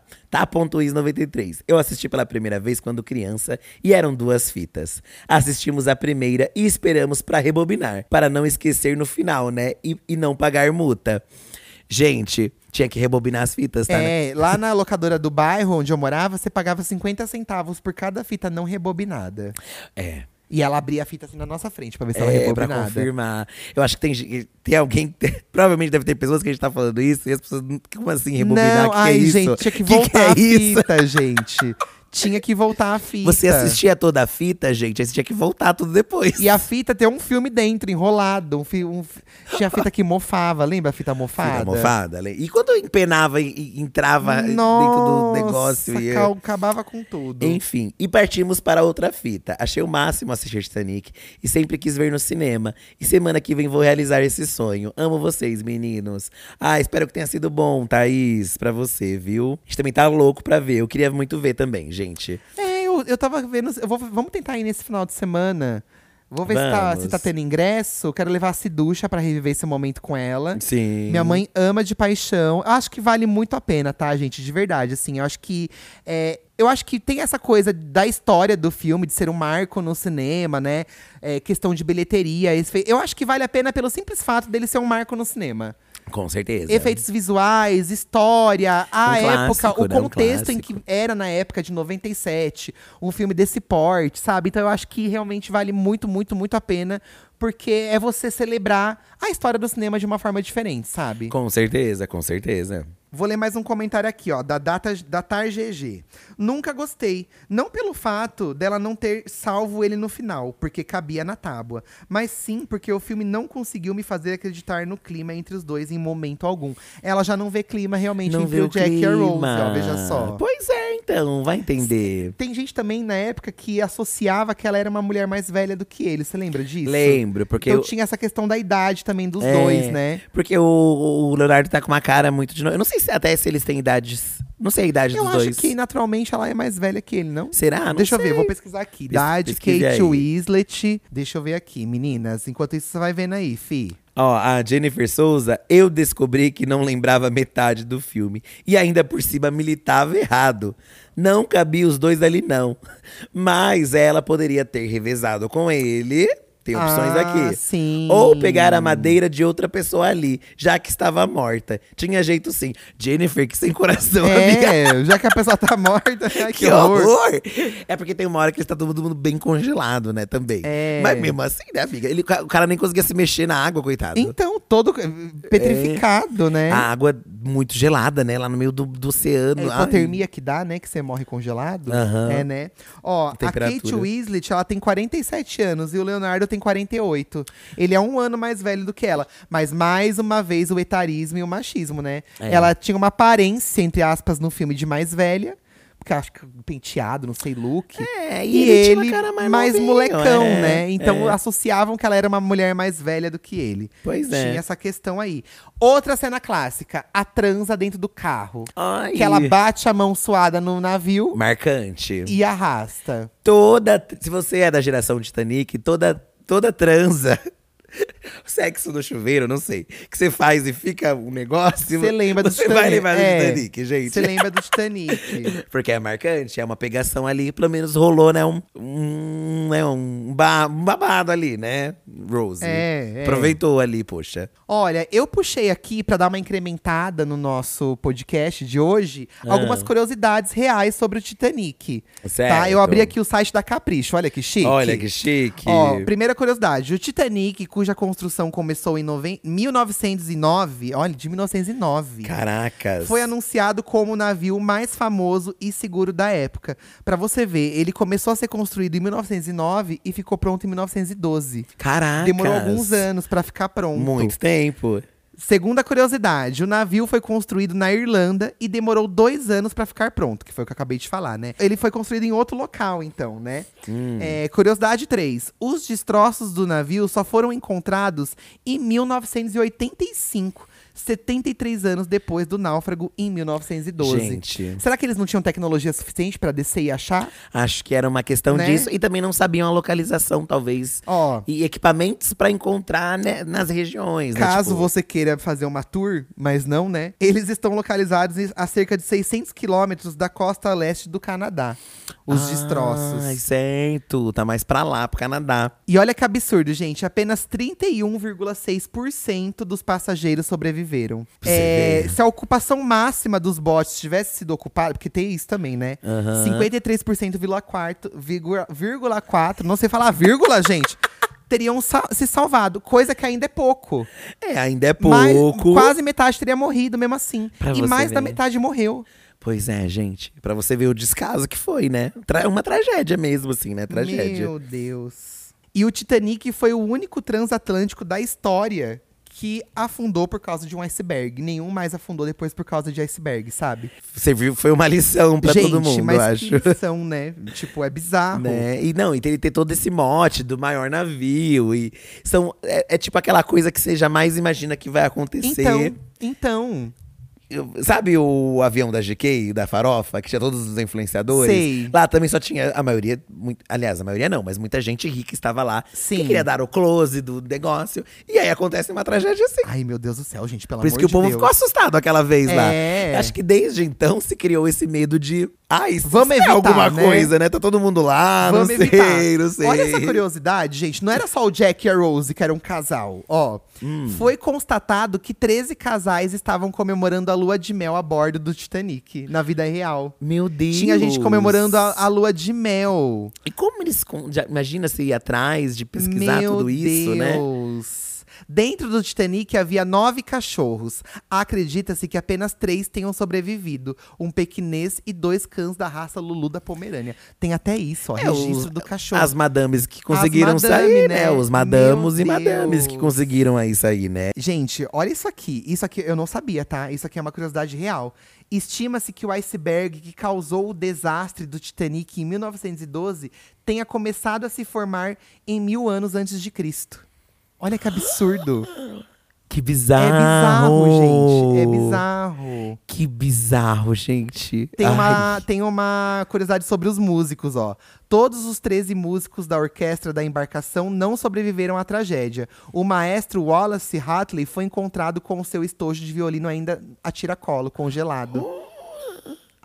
B: Tá.is93. Eu assisti pela primeira vez quando criança e eram duas fitas. Assistimos a primeira e esperamos pra rebobinar. Para não esquecer no final, né? E, e não pagar multa. Gente, tinha que rebobinar as fitas, tá? né?
A: É, lá na locadora do bairro onde eu morava, você pagava 50 centavos por cada fita não rebobinada.
B: É.
A: E ela abria a fita assim na nossa frente pra ver se ela
B: É, pra
A: rebobinada.
B: confirmar. Eu acho que tem, ge- tem alguém. Provavelmente deve ter pessoas que a gente tá falando isso e as pessoas. Como assim, rebobinar?
A: Não,
B: que que
A: ai,
B: é isso?
A: gente, tinha que
B: Que que é
A: voltar
B: isso?
A: a fita, gente. Tinha que voltar a fita.
B: Você assistia toda a fita, gente, aí você tinha que voltar tudo depois.
A: E a fita tem um filme dentro, enrolado. Um fi- um fi- Tinha a fita que mofava, lembra a fita mofada?
B: Fita mofada, né? E quando eu empenava e- e entrava
A: Nossa,
B: dentro do negócio e eu-
A: cal- acabava com tudo.
B: Enfim, e partimos para outra fita. Achei o máximo assistir Titanic e sempre quis ver no cinema. E semana que vem vou realizar esse sonho. Amo vocês, meninos. Ah, espero que tenha sido bom, Thaís, pra você, viu? A gente também tá louco pra ver. Eu queria muito ver também, gente.
A: É, eu, eu tava vendo. Eu vou, vamos tentar ir nesse final de semana. Vou ver se tá,
B: Vamos.
A: se tá tendo ingresso. Quero levar a Siducha pra reviver esse momento com ela.
B: Sim.
A: Minha mãe ama de paixão. Acho que vale muito a pena, tá, gente? De verdade, assim. Eu acho que é, eu acho que tem essa coisa da história do filme, de ser um marco no cinema, né? É, questão de bilheteria. esse fe- Eu acho que vale a pena pelo simples fato dele ser um marco no cinema.
B: Com certeza.
A: Efeitos visuais, história, a
B: é. Um
A: época,
B: clássico,
A: o
B: né? Um
A: contexto em que
B: clássico.
A: era na época de 97, um filme desse porte, sabe? Então eu acho que realmente vale muito, muito, muito a pena, porque é você celebrar a história do cinema de uma forma diferente, sabe?
B: Com certeza, com certeza.
A: Vou ler mais um comentário aqui, ó, da data da Tar GG. Nunca gostei, não pelo fato dela não ter salvo ele no final, porque cabia na tábua, mas sim porque o filme não conseguiu me fazer acreditar no clima entre os dois em momento algum. Ela já não vê clima realmente
B: Não
A: entre
B: vê
A: o
B: o
A: Jack e a Rose,
B: clima.
A: ó, veja só.
B: Pois é, então, vai entender.
A: Tem gente também na época que associava que ela era uma mulher mais velha do que ele, você lembra disso?
B: Lembro, porque
A: Então
B: eu-
A: tinha essa questão da idade também dos
B: É,
A: dois, né?
B: Porque o, o Leonardo tá com uma cara muito de novo. Eu não sei se até se eles têm idades. Não sei a idade
A: Eu
B: dos
A: acho
B: dois.
A: que naturalmente ela é mais velha que ele, não?
B: Será? Ah, Não
A: Deixa eu
B: sei.
A: ver, vou pesquisar aqui.
B: Pes-
A: Idade,
B: pesquise
A: Kate
B: aí.
A: Ah, É, tá
B: É né,
A: Então,
B: assim, É.
A: né? É né, é um né? né? Então,
B: Ah, né, é, É. Ah, é um é né, um, né,
A: tá? né? então, É, né, um É, né, é assim. um né? Tipo, é Então,
B: né, tipo, Ah, é, tá É, é, né? assim, Né? é, tipo Sabe o avião da GK, da farofa, que tinha todos os influenciadores?
A: Sei.
B: Lá também só tinha a maioria. muito- aliás, a maioria não, mas muita gente rica estava lá.
A: Sim.
B: Que queria dar o close do negócio. E aí acontece uma tragédia assim.
A: Ai, meu Deus do céu, gente, pelo
B: Por isso
A: amor
B: que o
A: de
B: povo
A: Deus.
B: ficou assustado aquela vez
A: É.
B: lá. Acho que desde então se criou esse medo de. Ai, se
A: Vamos
B: é
A: evitar,
B: alguma
A: né?
B: coisa, né? Tá todo mundo lá,
A: Vamos
B: não sei,
A: evitar.
B: não sei.
A: Olha essa curiosidade, gente. Não era só o Jack e a Rose que eram um casal. Ó,
B: Hum.
A: foi constatado que 13 casais estavam comemorando a lua de mel a bordo do Titanic, na vida real.
B: Meu Deus.
A: Tinha gente comemorando a, a lua de mel.
B: E como eles. con- já- Imagina se ir atrás de pesquisar
A: Meu
B: tudo isso, né?
A: Deus. Dentro do Titanic havia nove cachorros. Acredita-se que apenas três tenham sobrevivido: um pequinês e dois cães da raça Lulu da Pomerânia. Tem até isso, ó,
B: É,
A: registro
B: o-
A: do cachorro.
B: As madames que conseguiram
A: madame, né?
B: sair, né? Os madamos
A: Meu
B: e madames que
A: Deus.
B: conseguiram aí sair, né?
A: Gente, olha isso aqui. Isso aqui eu não sabia, tá? Isso aqui é uma curiosidade real. Estima-se que o iceberg que causou o desastre do Titanic em 1912 tenha começado a se formar em mil anos antes de Cristo. Olha que absurdo.
B: Que bizarro.
A: É bizarro, gente. É bizarro.
B: Que bizarro, gente.
A: Tem
B: Ai.
A: uma, tem uma curiosidade sobre os músicos, ó. Todos os 13 músicos da orquestra da embarcação não sobreviveram à tragédia. O maestro Wallace Hatley foi encontrado com o seu estojo de violino ainda a tiracolo, congelado.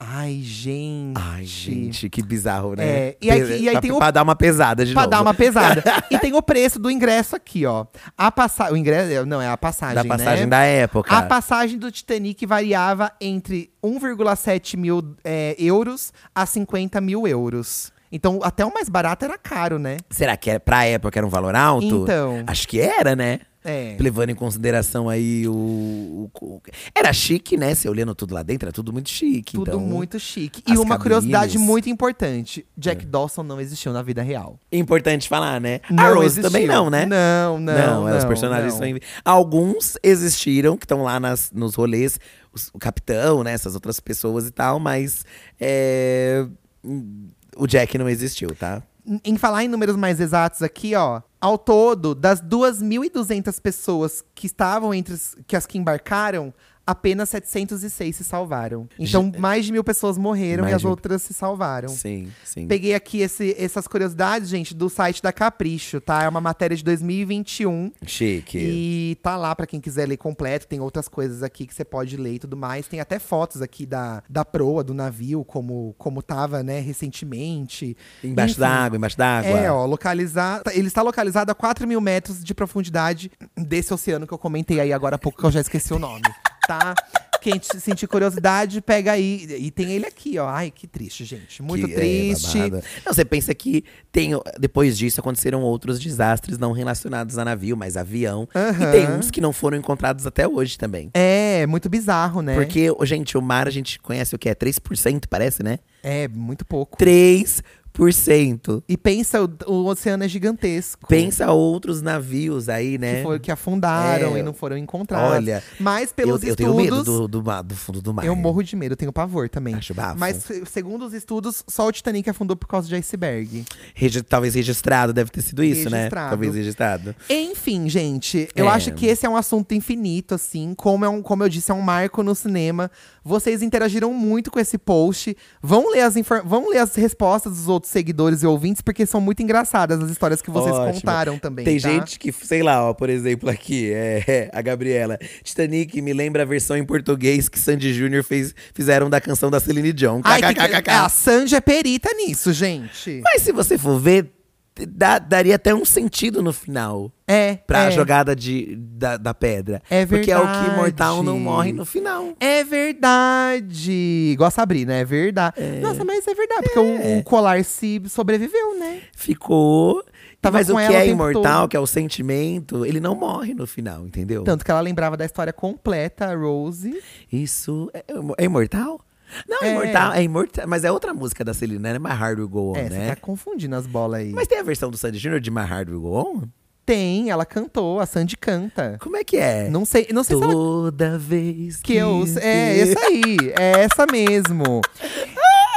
A: Ai, gente.
B: Ai, gente, que bizarro, né?
A: É, e aí- e aí
B: Pra-
A: tem o-
B: Pra dar uma pesada de
A: Pra
B: novo.
A: dar uma pesada. e tem o preço do ingresso aqui, ó. A passagem. O ingresso. Não, é a passagem.
B: Da passagem
A: né?
B: da época.
A: A passagem do Titanic variava entre 1,7 mil é, euros a 50 mil euros. Então, até o mais barato era caro, né?
B: Será que era, pra época era um valor alto?
A: Então.
B: Acho que era, né?
A: É.
B: Levando em consideração aí o, o- o- Era chique, né? Se olhando tudo lá dentro, era tudo muito chique.
A: Tudo
B: então,
A: muito chique. E
B: as
A: uma curiosidade
B: cabines.
A: muito importante: Jack Dawson não existiu na vida real.
B: é Importante falar, né? a
A: Não
B: Rose
A: existiu.
B: também não, né?
A: Não, não. Não,
B: os personagens
A: não.
B: são invi- Alguns existiram, que estão lá nas, nos rolês, os- o capitão, né? Essas outras pessoas e tal, mas. é, hum, O Jack não existiu, tá?
A: Em- Em falar em números mais exatos aqui, ó. Ao todo, das 2.200 pessoas que estavam entre as que, as que embarcaram, apenas 706 se salvaram. Então, mais de mil pessoas morreram e
B: Mais
A: as
B: de mil-
A: outras se salvaram.
B: Sim, sim.
A: Peguei aqui esse- essas curiosidades, gente, do site da Capricho, tá? É uma matéria de 2021.
B: Chique.
A: E tá lá pra quem quiser ler completo. Tem outras coisas aqui que você pode ler e tudo mais. Tem até fotos aqui da, da proa, do navio, como, como tava, né, recentemente.
B: Embaixo
A: Enfim,
B: da água, embaixo da água.
A: É, ó, localizar. tá- Ele está localizado a 4 mil metros de profundidade desse oceano que eu comentei aí agora há pouco, que eu já esqueci o nome, tá? Quem te- sentir curiosidade, pega aí. E tem ele aqui, ó. Ai, que triste, gente. Muito
B: Que é
A: triste.
B: babado. não, você pensa que tem, depois disso aconteceram outros desastres não relacionados a navio, mas avião.
A: Aham.
B: E tem uns que não foram encontrados até hoje também.
A: É, muito bizarro, né?
B: Porque, ô, gente, o mar a gente conhece o que é? 3%, parece, né?
A: É, muito pouco.
B: 3%.
A: E pensa, o, o oceano é gigantesco.
B: Pensa outros navios aí,
A: Que,
B: né?
A: foi, que afundaram
B: É.
A: e não foram encontrados.
B: Olha,
A: Mas
B: eu,
A: pelos
B: eu
A: estudos.
B: tenho medo do, do, mar- do fundo do mar.
A: Eu morro de medo, eu tenho pavor também.
B: Acho bafo.
A: Mas se- segundo os estudos, só o Titanic afundou por causa de iceberg.
B: Regi- talvez registrado, deve ter sido isso,
A: Registrado.
B: né? Talvez registrado.
A: Enfim, gente, eu
B: É.
A: acho que esse é um assunto infinito, assim. Como, é um, como eu disse, é um marco no cinema. Vocês interagiram muito com esse post. Vão ler as, infor- vão ler as respostas dos outros seguidores e ouvintes, porque são muito engraçadas as histórias que vocês
B: Ótimo.
A: contaram também.
B: Tem
A: tá?
B: gente que, sei lá, ó, por exemplo, aqui, é, é, a Gabriela. Titanic me lembra a versão em português que Sandy Júnior fez, fizeram da canção da Celine Dion.
A: Ai, que,
B: KKKKK.
A: a Sandy é perita nisso, gente.
B: Mas se você for ver, dá- daria até um sentido no final.
A: É.
B: Pra
A: é.
B: jogada de, da, da pedra.
A: É
B: Porque é o que
A: verdade.
B: mortal não morre no final.
A: É verdade! Igual a Sabrina, é verdade. Nossa, mas é verdade, porque o, o colar se sobreviveu, né?
B: Ficou.
A: Tava
B: mas
A: com
B: o que
A: ela o
B: é
A: tempo
B: imortal,
A: todo.
B: que é o sentimento, ele não morre no final, entendeu?
A: Tanto que ela lembrava da história completa, a Rose.
B: Isso é, é imortal? Não,
A: É.
B: é imortal, é imortal. Mas é outra música da Celine, né? My Heart Will Go On,
A: é, você
B: né?
A: tá confundindo as bolas aí.
B: Mas tem a versão do Sandy Jr. de My Heart Will Go On?
A: Tem, ela cantou, a Sandy canta.
B: Como é que é?
A: Não sei, não sei se ela
B: Toda vez
A: que eu. É, essa aí, é essa é mesmo.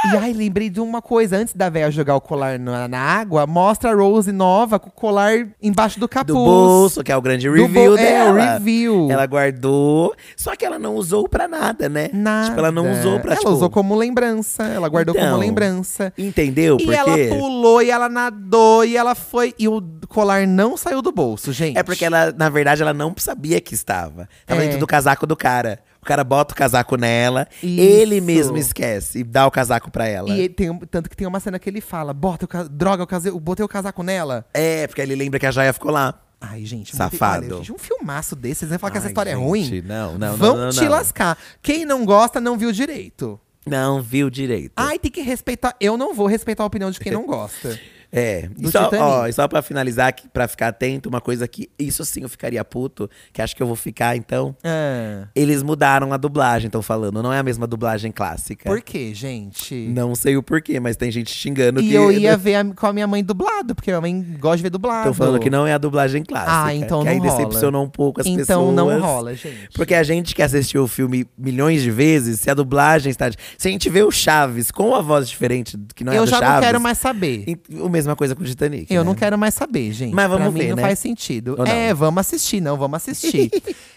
A: E ai, lembrei de uma coisa. Antes da véia jogar o colar na, na água, mostra a Rose nova com o colar embaixo do capuz.
B: Do bolso, que é o grande review
A: bol- é,
B: dela.
A: o review.
B: Ela guardou, só que ela não usou pra nada, né?
A: Nada.
B: Tipo, ela não usou pra,
A: Ela
B: tipo,
A: usou como lembrança. Ela guardou
B: Então,
A: como lembrança.
B: Entendeu?
A: E
B: Porque
A: ela pulou, e ela nadou, e ela foi. E o colar não saiu do bolso, gente.
B: é porque ela, na verdade, ela não sabia que estava. Tava
A: É.
B: dentro do casaco do cara. O cara bota o casaco nela,
A: Isso.
B: ele mesmo esquece e dá o casaco pra ela.
A: E ele tem, um- tanto que tem uma cena que ele fala: Bota o ca- droga, eu, case- eu botei o casaco nela.
B: É, porque ele lembra que a joia ficou lá.
A: Ai, gente, muito-
B: Safado.
A: olha, gente, um filmaço desse, vocês vão falar que essa
B: Ai,
A: história
B: gente,
A: é ruim?
B: não, não, não,
A: Vão
B: não,
A: te
B: não.
A: lascar. Quem não gosta, não viu direito.
B: Não viu direito.
A: Ai, tem que respeitar. Eu não vou respeitar a opinião de quem não gosta.
B: É, e
A: Do
B: só,
A: Titanic.
B: ó, e só pra finalizar, que, pra ficar atento, uma coisa que isso sim eu ficaria puto, que acho que eu vou ficar então.
A: Ah,
B: Eles mudaram a dublagem, estão falando. Não é a mesma dublagem clássica.
A: por quê, gente?
B: Não sei o porquê, mas tem gente xingando
A: E
B: que.
A: eu ia ver a- com a minha mãe dublado, porque a minha mãe gosta de ver dublado.
B: Estão falando que não é a dublagem clássica.
A: Ah, então
B: que
A: não
B: aí
A: rola.
B: decepcionou um pouco as pessoas.
A: Então não rola, gente.
B: Porque a gente que assistiu o filme milhões de vezes, se a dublagem está. Se a gente vê o Chaves com a voz diferente, que não é a
A: eu
B: do
A: já
B: Chaves.
A: não quero mais saber.
B: e- A mesma coisa com o Titanic.
A: Eu
B: né?
A: não quero mais saber, gente.
B: Mas vamos
A: pra mim
B: ver,
A: não
B: né?
A: faz sentido.
B: Ou não?
A: É, vamos assistir, não, vamos assistir.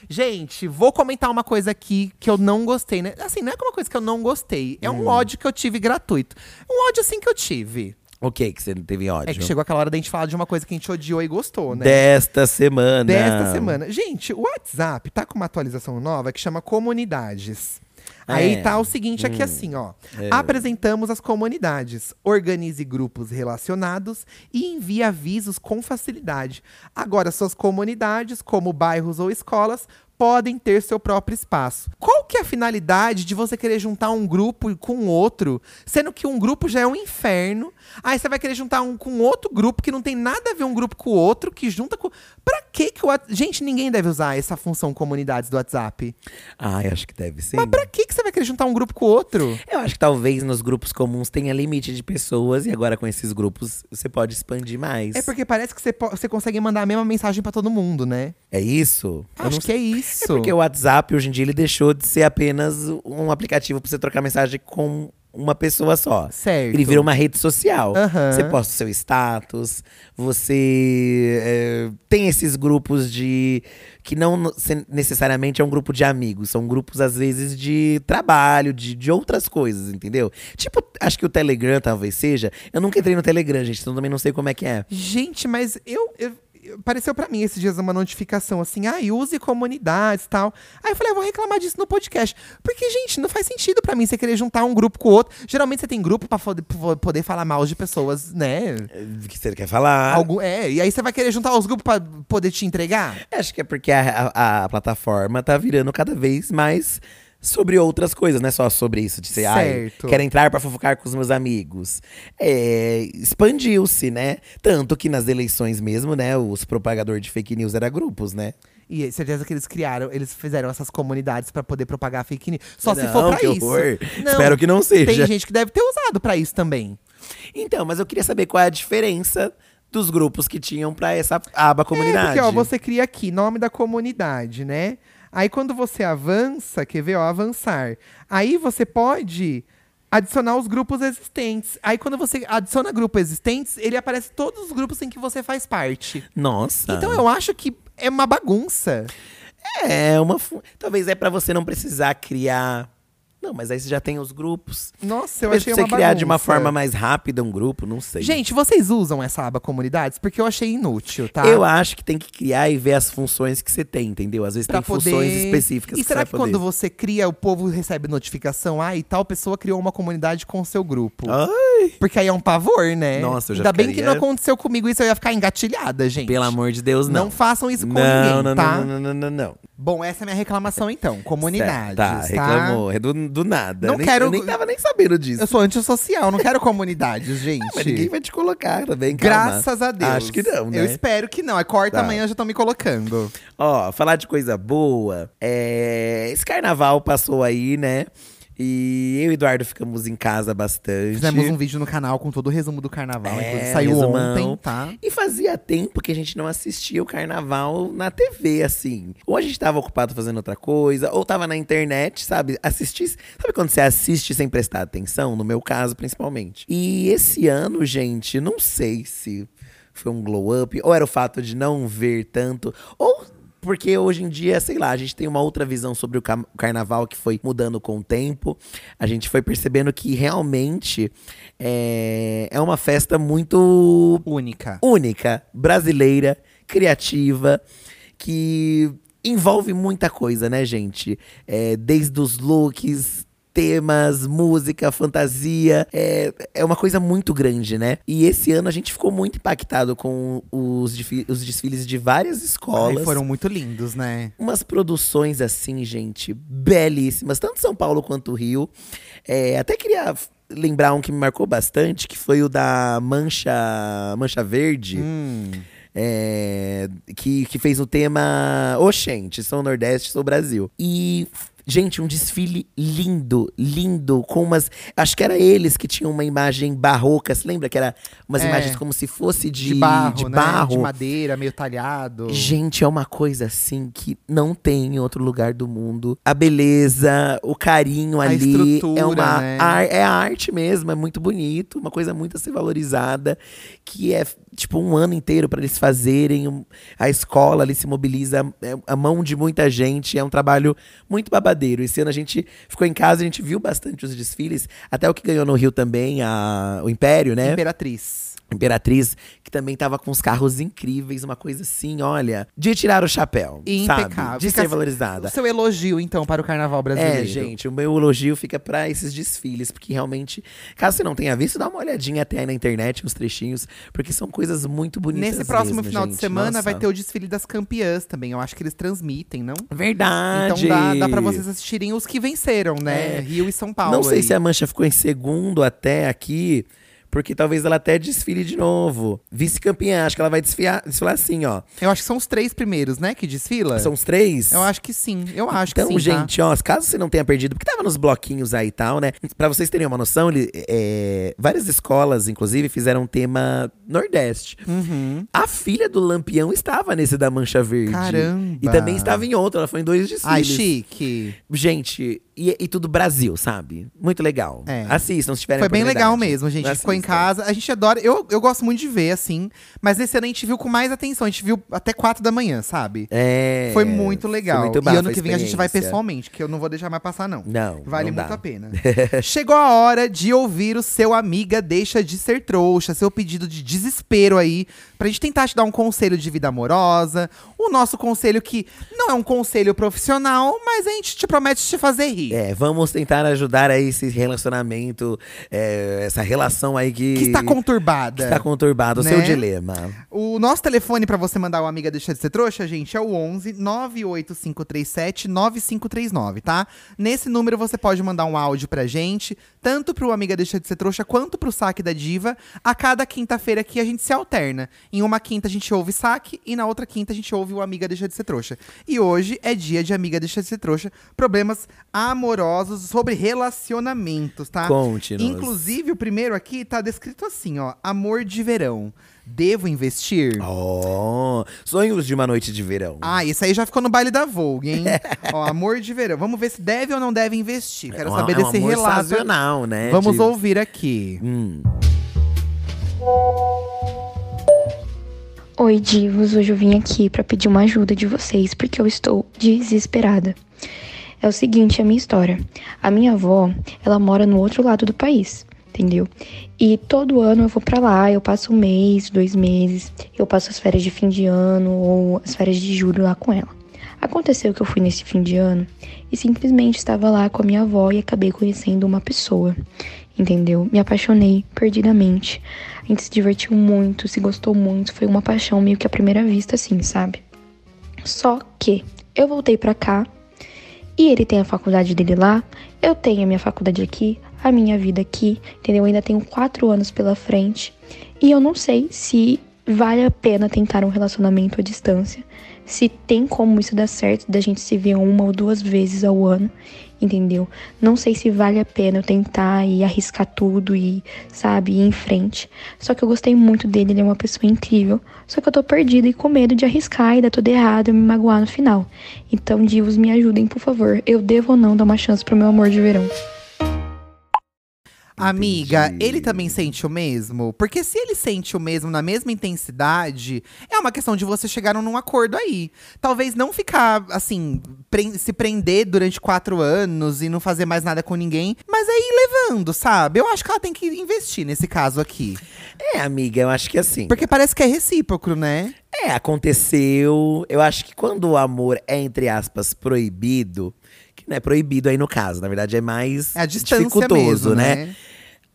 A: gente, vou comentar uma coisa aqui que eu não gostei, né? Assim, não é uma coisa que eu não gostei. É
B: Hum.
A: um ódio que eu tive gratuito. Um ódio, assim, que eu tive.
B: O que que você não teve ódio?
A: É que chegou aquela hora da gente falar de uma coisa que a gente odiou e gostou, né?
B: Desta semana.
A: Desta semana. Gente, o WhatsApp tá com uma atualização nova que chama Comunidades. Aí
B: É.
A: tá o seguinte aqui assim, ó. Apresentamos as comunidades. Organize grupos relacionados e envie avisos com facilidade. Agora, suas comunidades, como bairros ou escolas, podem ter seu próprio espaço. Qual que é a finalidade de você querer juntar um grupo com outro, sendo que um grupo já é um inferno? Aí você vai querer juntar um com outro grupo que não tem nada a ver um grupo com o outro, que junta com Pra que que o Whats- gente ninguém deve usar essa função comunidades do WhatsApp?
B: Ai, acho que deve ser.
A: Mas pra que que você vai querer juntar um grupo com o outro?
B: Eu acho que talvez nos grupos comuns tenha limite de pessoas e agora com esses grupos você pode expandir mais.
A: É porque parece que você, po- você consegue mandar a mesma mensagem pra todo mundo, né?
B: É isso? Eu
A: Acho
B: não
A: que é
B: É
A: isso.
B: porque o WhatsApp hoje em dia ele deixou de ser apenas um aplicativo pra você trocar mensagem com uma pessoa só.
A: Certo.
B: Ele virou uma rede social.
A: Aham.
B: Você posta o seu status, você é, tem esses grupos de. que não no- se- necessariamente é um grupo de amigos, são grupos, às vezes, de trabalho, de, de outras coisas, entendeu? Tipo, acho que o Telegram talvez seja. Eu nunca entrei no Telegram, gente, então também não sei como é que é.
A: Gente, mas eu, eu- eu- Apareceu pra mim esses dias uma notificação assim, ah, use comunidades e tal. Aí eu falei, eu vou reclamar disso no podcast. Porque, gente, não faz sentido pra mim você querer juntar um grupo com o outro. Geralmente você tem grupo pra fode- pra poder falar mal de pessoas, né?
B: O É, que você quer falar?
A: Algum, é, e aí você vai querer juntar os grupos pra poder te entregar?
B: Acho que é porque a, a- a plataforma tá virando cada vez mais sobre outras coisas, não é só sobre isso de ser, ai,
A: Certo.
B: quero entrar pra fofocar com os meus amigos. É, expandiu-se, né? Tanto que nas eleições mesmo, né, os propagadores de fake news era grupos, né?
A: E certeza que eles criaram, eles fizeram essas comunidades pra poder propagar fake news. Só se
B: Não,
A: for pra
B: que
A: isso.
B: horror. Espero que não seja.
A: Tem gente que deve ter usado pra isso também.
B: Então, mas eu queria saber qual é a diferença dos grupos que tinham pra essa aba
A: É,
B: comunidade.
A: porque, ó, você cria aqui, nome da comunidade, né? Aí quando você avança, quer ver, ó, avançar. Aí você pode adicionar os grupos existentes. Aí quando você adiciona grupos existentes, ele aparece todos os grupos em que você faz parte.
B: Nossa.
A: Então eu acho que é uma bagunça.
B: é uma fu- talvez é pra você não precisar criar. Não, mas aí você já tem os grupos.
A: Nossa, Então, eu
B: Talvez
A: achei
B: pra
A: uma
B: você
A: bagunça.
B: criar de uma forma mais rápida um grupo, não sei.
A: Gente, vocês usam essa aba comunidades? Porque eu achei inútil, tá?
B: Eu acho que tem que criar e ver as funções que você tem, entendeu? Às vezes
A: Pra
B: tem funções
A: poder-
B: específicas
A: E
B: que
A: será
B: você
A: que
B: vai
A: quando
B: poder.
A: você cria, o povo recebe notificação? Ah, e tal pessoa criou uma comunidade com o seu grupo.
B: Ai,
A: Porque aí é um pavor, né?
B: Ah. Nossa, eu já
A: Ainda bem que
B: ficaria-
A: não aconteceu comigo isso, eu ia ficar engatilhada, gente.
B: pelo amor de Deus, não.
A: Não façam isso com
B: não,
A: ninguém,
B: não,
A: tá?
B: não, não, não, não, não.
A: Bom, essa é a minha reclamação então. Comunidades,
B: Tá,
A: tá?
B: reclamou. É do, do nada.
A: Não
B: nem,
A: quero-
B: Eu nem tava nem sabendo disso.
A: Eu sou antissocial, não quero comunidades, gente.
B: Ah, Mas ninguém vai te colocar também, calma.
A: Graças a Deus.
B: Acho que não, né?
A: Eu espero que não. É corta
B: Tá.
A: amanhã, já estão me colocando.
B: Ó, falar de coisa boa. é, Esse carnaval passou aí, né? E eu e Eduardo ficamos em casa bastante.
A: Fizemos um vídeo no canal com todo o resumo do carnaval.
B: É,
A: inclusive, saiu
B: resumão.
A: ontem, tá?
B: E fazia tempo que a gente não assistia o carnaval na TV, assim. Ou a gente tava ocupado fazendo outra coisa, ou tava na internet, sabe? Assistir. Sabe quando você assiste sem prestar atenção? No meu caso, principalmente. E esse ano, gente, não sei se foi um glow up, ou era o fato de não ver tanto, ou. Porque hoje em dia, sei lá, a gente tem uma outra visão sobre o ca- o carnaval que foi mudando com o tempo. A gente foi percebendo que realmente é, é uma festa muito
A: Única.
B: única, brasileira, criativa, que envolve muita coisa, né, gente? É, desde os looks. Temas, música, fantasia. É, é uma coisa muito grande, né? E esse ano a gente ficou muito impactado com os, defi- os desfiles de várias escolas.
A: Ai, foram muito lindos, né?
B: Umas produções assim, gente, belíssimas, tanto São Paulo quanto Rio. É, até queria f- lembrar um que me marcou bastante, que foi o da Mancha, Mancha Verde. é, que, que fez o tema Oxente, sou Nordeste, sou Brasil. E, f- gente, um desfile lindo, lindo, com umas. Acho que era eles que tinham uma imagem barroca. Você lembra que era umas
A: É.
B: imagens como se fosse de,
A: De, barro,
B: de
A: né? De
B: barro?
A: madeira, meio talhado.
B: Gente, é uma coisa assim que não tem em outro lugar do mundo. A beleza, o carinho
A: A
B: ali. É
A: estrutura,
B: uma
A: né?
B: ar- é a arte mesmo, é muito bonito, uma coisa muito a ser valorizada, que é tipo um ano inteiro para eles fazerem. um- A escola ali se mobiliza, é a mão de muita gente, é um trabalho muito babadeiro. Esse ano a gente ficou em casa, a gente viu bastante os desfiles, até o que ganhou no Rio também, a- o Império, né?
A: Imperatriz.
B: Imperatriz, que também tava com uns carros incríveis, uma coisa assim, olha, de tirar o chapéu,
A: Impecável.
B: sabe? De
A: Fica assim,
B: ser
A: se- O
B: valorizada.
A: seu elogio, então, para o carnaval brasileiro.
B: É, gente, o meu elogio fica pra esses desfiles, porque realmente, caso você não tenha visto, dá uma olhadinha até aí na internet, uns trechinhos, porque são coisas muito bonitas.
A: Nesse próximo
B: mesmo,
A: final de
B: gente.
A: semana vai
B: Nossa.
A: ter o desfile das campeãs também. Eu acho que eles transmitem, não?
B: Verdade.
A: Então dá, dá pra vocês assistirem os que venceram, né?
B: Ah, É.
A: Rio e São Paulo.
B: Não sei
A: aí.
B: se é- a Mancha ficou em segundo até aqui, porque talvez ela até desfile de novo. Vice-campeã, acho que ela vai desfiar, desfilar assim, ó.
A: Eu acho que são os três primeiros, né? Que desfila.
B: São os três?
A: Eu acho que sim. Eu acho
B: então,
A: que sim. tá?
B: gente, ó, caso você não tenha perdido, porque tava nos bloquinhos aí e tal, né? Pra vocês terem uma noção, ele, é, várias escolas, inclusive, fizeram um tema Nordeste.
A: Uhum.
B: A filha do Lampião estava nesse da Mancha Verde.
A: Caramba.
B: E também estava em outro, ela foi em dois desfiles.
A: Ai, chique.
B: Gente, e, e tudo Brasil, sabe? Muito legal.
A: É.
B: Assistam, se tiverem
A: Foi bem legal
B: oportunidade.
A: mesmo, gente. A gente ficou em
B: Assistam.
A: casa. A gente adora. Eu, eu gosto muito de ver, assim. Mas nesse ano a gente viu com mais atenção. A gente viu até quatro da manhã, sabe?
B: É.
A: foi muito legal.
B: muito
A: e
B: bafa
A: ano que vem a gente vai
B: experiência.
A: pessoalmente, que eu não vou deixar mais passar, não.
B: Não,
A: Vale
B: não dá.
A: muito a pena. Chegou a hora de ouvir o seu amiga deixa de ser trouxa, seu pedido de desespero aí, pra gente tentar te dar um conselho de vida amorosa, o nosso conselho que não é um conselho profissional, mas a gente te promete te fazer rir.
B: É, vamos tentar ajudar aí esse relacionamento, é, essa relação aí que.
A: Que está conturbada.
B: que tá está conturbado, o seu
A: né?
B: dilema.
A: O nosso telefone pra você mandar o Amiga Deixa de Ser Trouxa, gente, é o 11 98537 9539, tá? Nesse número você pode mandar um áudio pra gente, tanto pro Amiga Deixa de Ser Trouxa quanto pro Saque da Diva. A cada quinta-feira aqui a gente se alterna. Em uma quinta a gente ouve Saque e na outra quinta a gente ouve o Amiga Deixa de Ser Trouxa. E hoje é dia de Amiga Deixa de Ser Trouxa, problemas amorosos sobre relacionamentos, tá?
B: Conte-nos.
A: Inclusive, o primeiro aqui tá descrito assim, ó. Amor de verão. Devo investir?
B: Oh, sonhos de uma noite de verão.
A: Ah, isso aí já ficou no baile da Vogue, hein?
B: É.
A: ó, amor de verão. Vamos ver se deve ou não deve investir. Quero
B: um-
A: saber
B: é um
A: desse
B: amor
A: relato.
B: sazonal, né?
A: Vamos
B: de-
A: ouvir aqui.
B: Hum,
C: Oi, divos. Hoje eu vim aqui pra pedir uma ajuda de vocês porque eu estou desesperada. É o seguinte, a minha história. A minha avó, ela mora no outro lado do país, entendeu? E todo ano eu vou pra lá, eu passo um mês, dois meses, eu passo as férias de fim de ano ou as férias de julho lá com ela. Aconteceu que eu fui nesse fim de ano e simplesmente estava lá com a minha avó e acabei conhecendo uma pessoa, entendeu? Me apaixonei perdidamente. A gente se divertiu muito, se gostou muito, foi uma paixão meio que à primeira vista, assim, sabe? Só que eu voltei pra cá e ele tem a faculdade dele lá, eu tenho a minha faculdade aqui, a minha vida aqui, entendeu? Eu ainda tenho quatro anos pela frente e eu não sei se vale a pena tentar um relacionamento à distância, se tem como isso dar certo da gente se ver uma ou duas vezes ao ano entendeu? Não sei se vale a pena eu tentar e arriscar tudo e, sabe, ir em frente. Só que eu gostei muito dele, ele é uma pessoa incrível. Só que eu tô perdida e com medo de arriscar e dar tudo errado e me magoar no final. Então, divos, me ajudem, por favor. Eu devo ou não dar uma chance pro meu amor de verão?
A: Amiga, ele também sente o mesmo? Porque se ele sente o mesmo na mesma intensidade, é uma questão de vocês chegaram num acordo aí. Talvez não ficar, assim, pre- se prender durante quatro anos e não fazer mais nada com ninguém, mas aí ir levando, sabe? Eu acho que ela tem que investir nesse caso aqui.
B: É, amiga, eu acho que assim.
A: Porque parece que é recíproco, né?
B: É, aconteceu. Eu acho que quando o amor é, entre aspas, proibido, que não é proibido aí no caso, na verdade é mais
A: É a distância
B: dificultoso,
A: mesmo,
B: né?
A: né?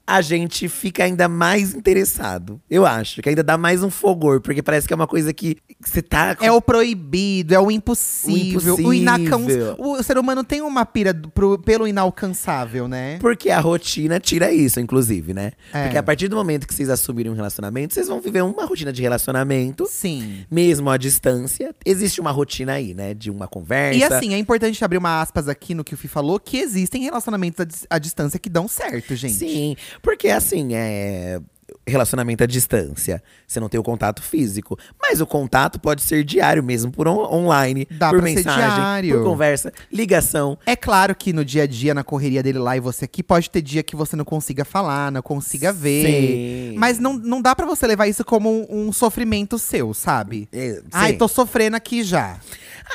B: A gente fica ainda mais interessado. Eu acho que ainda dá mais um fogor, porque parece que é uma coisa que você tá.
A: É o proibido, é o impossível, o,
B: O impossível.
A: inalcançável. O ser humano tem uma pira do- pro- pelo inalcançável, né?
B: Porque a rotina tira isso, inclusive, né?
A: É.
B: Porque a partir do momento que vocês assumirem um relacionamento, vocês vão viver uma rotina de relacionamento,
A: Sim.
B: mesmo à distância. Existe uma rotina aí, né? De uma conversa.
A: E assim, é importante abrir uma aspas aqui no que o Fih falou, que existem relacionamentos à, dis- à distância que dão certo, gente.
B: Sim, porque assim, é. Relacionamento à distância. Você não tem o contato físico. Mas o contato pode ser diário mesmo, por on- online,
A: Dá
B: por
A: pra ser
B: mensagem,
A: diário.
B: por conversa, ligação.
A: É claro que no dia a dia, na correria dele lá e você aqui, pode ter dia que você não consiga falar, não consiga ver.
B: Sim.
A: Mas não, não dá pra você levar isso como um, um sofrimento seu, sabe?
B: É, sim.
A: Ai, tô sofrendo aqui já.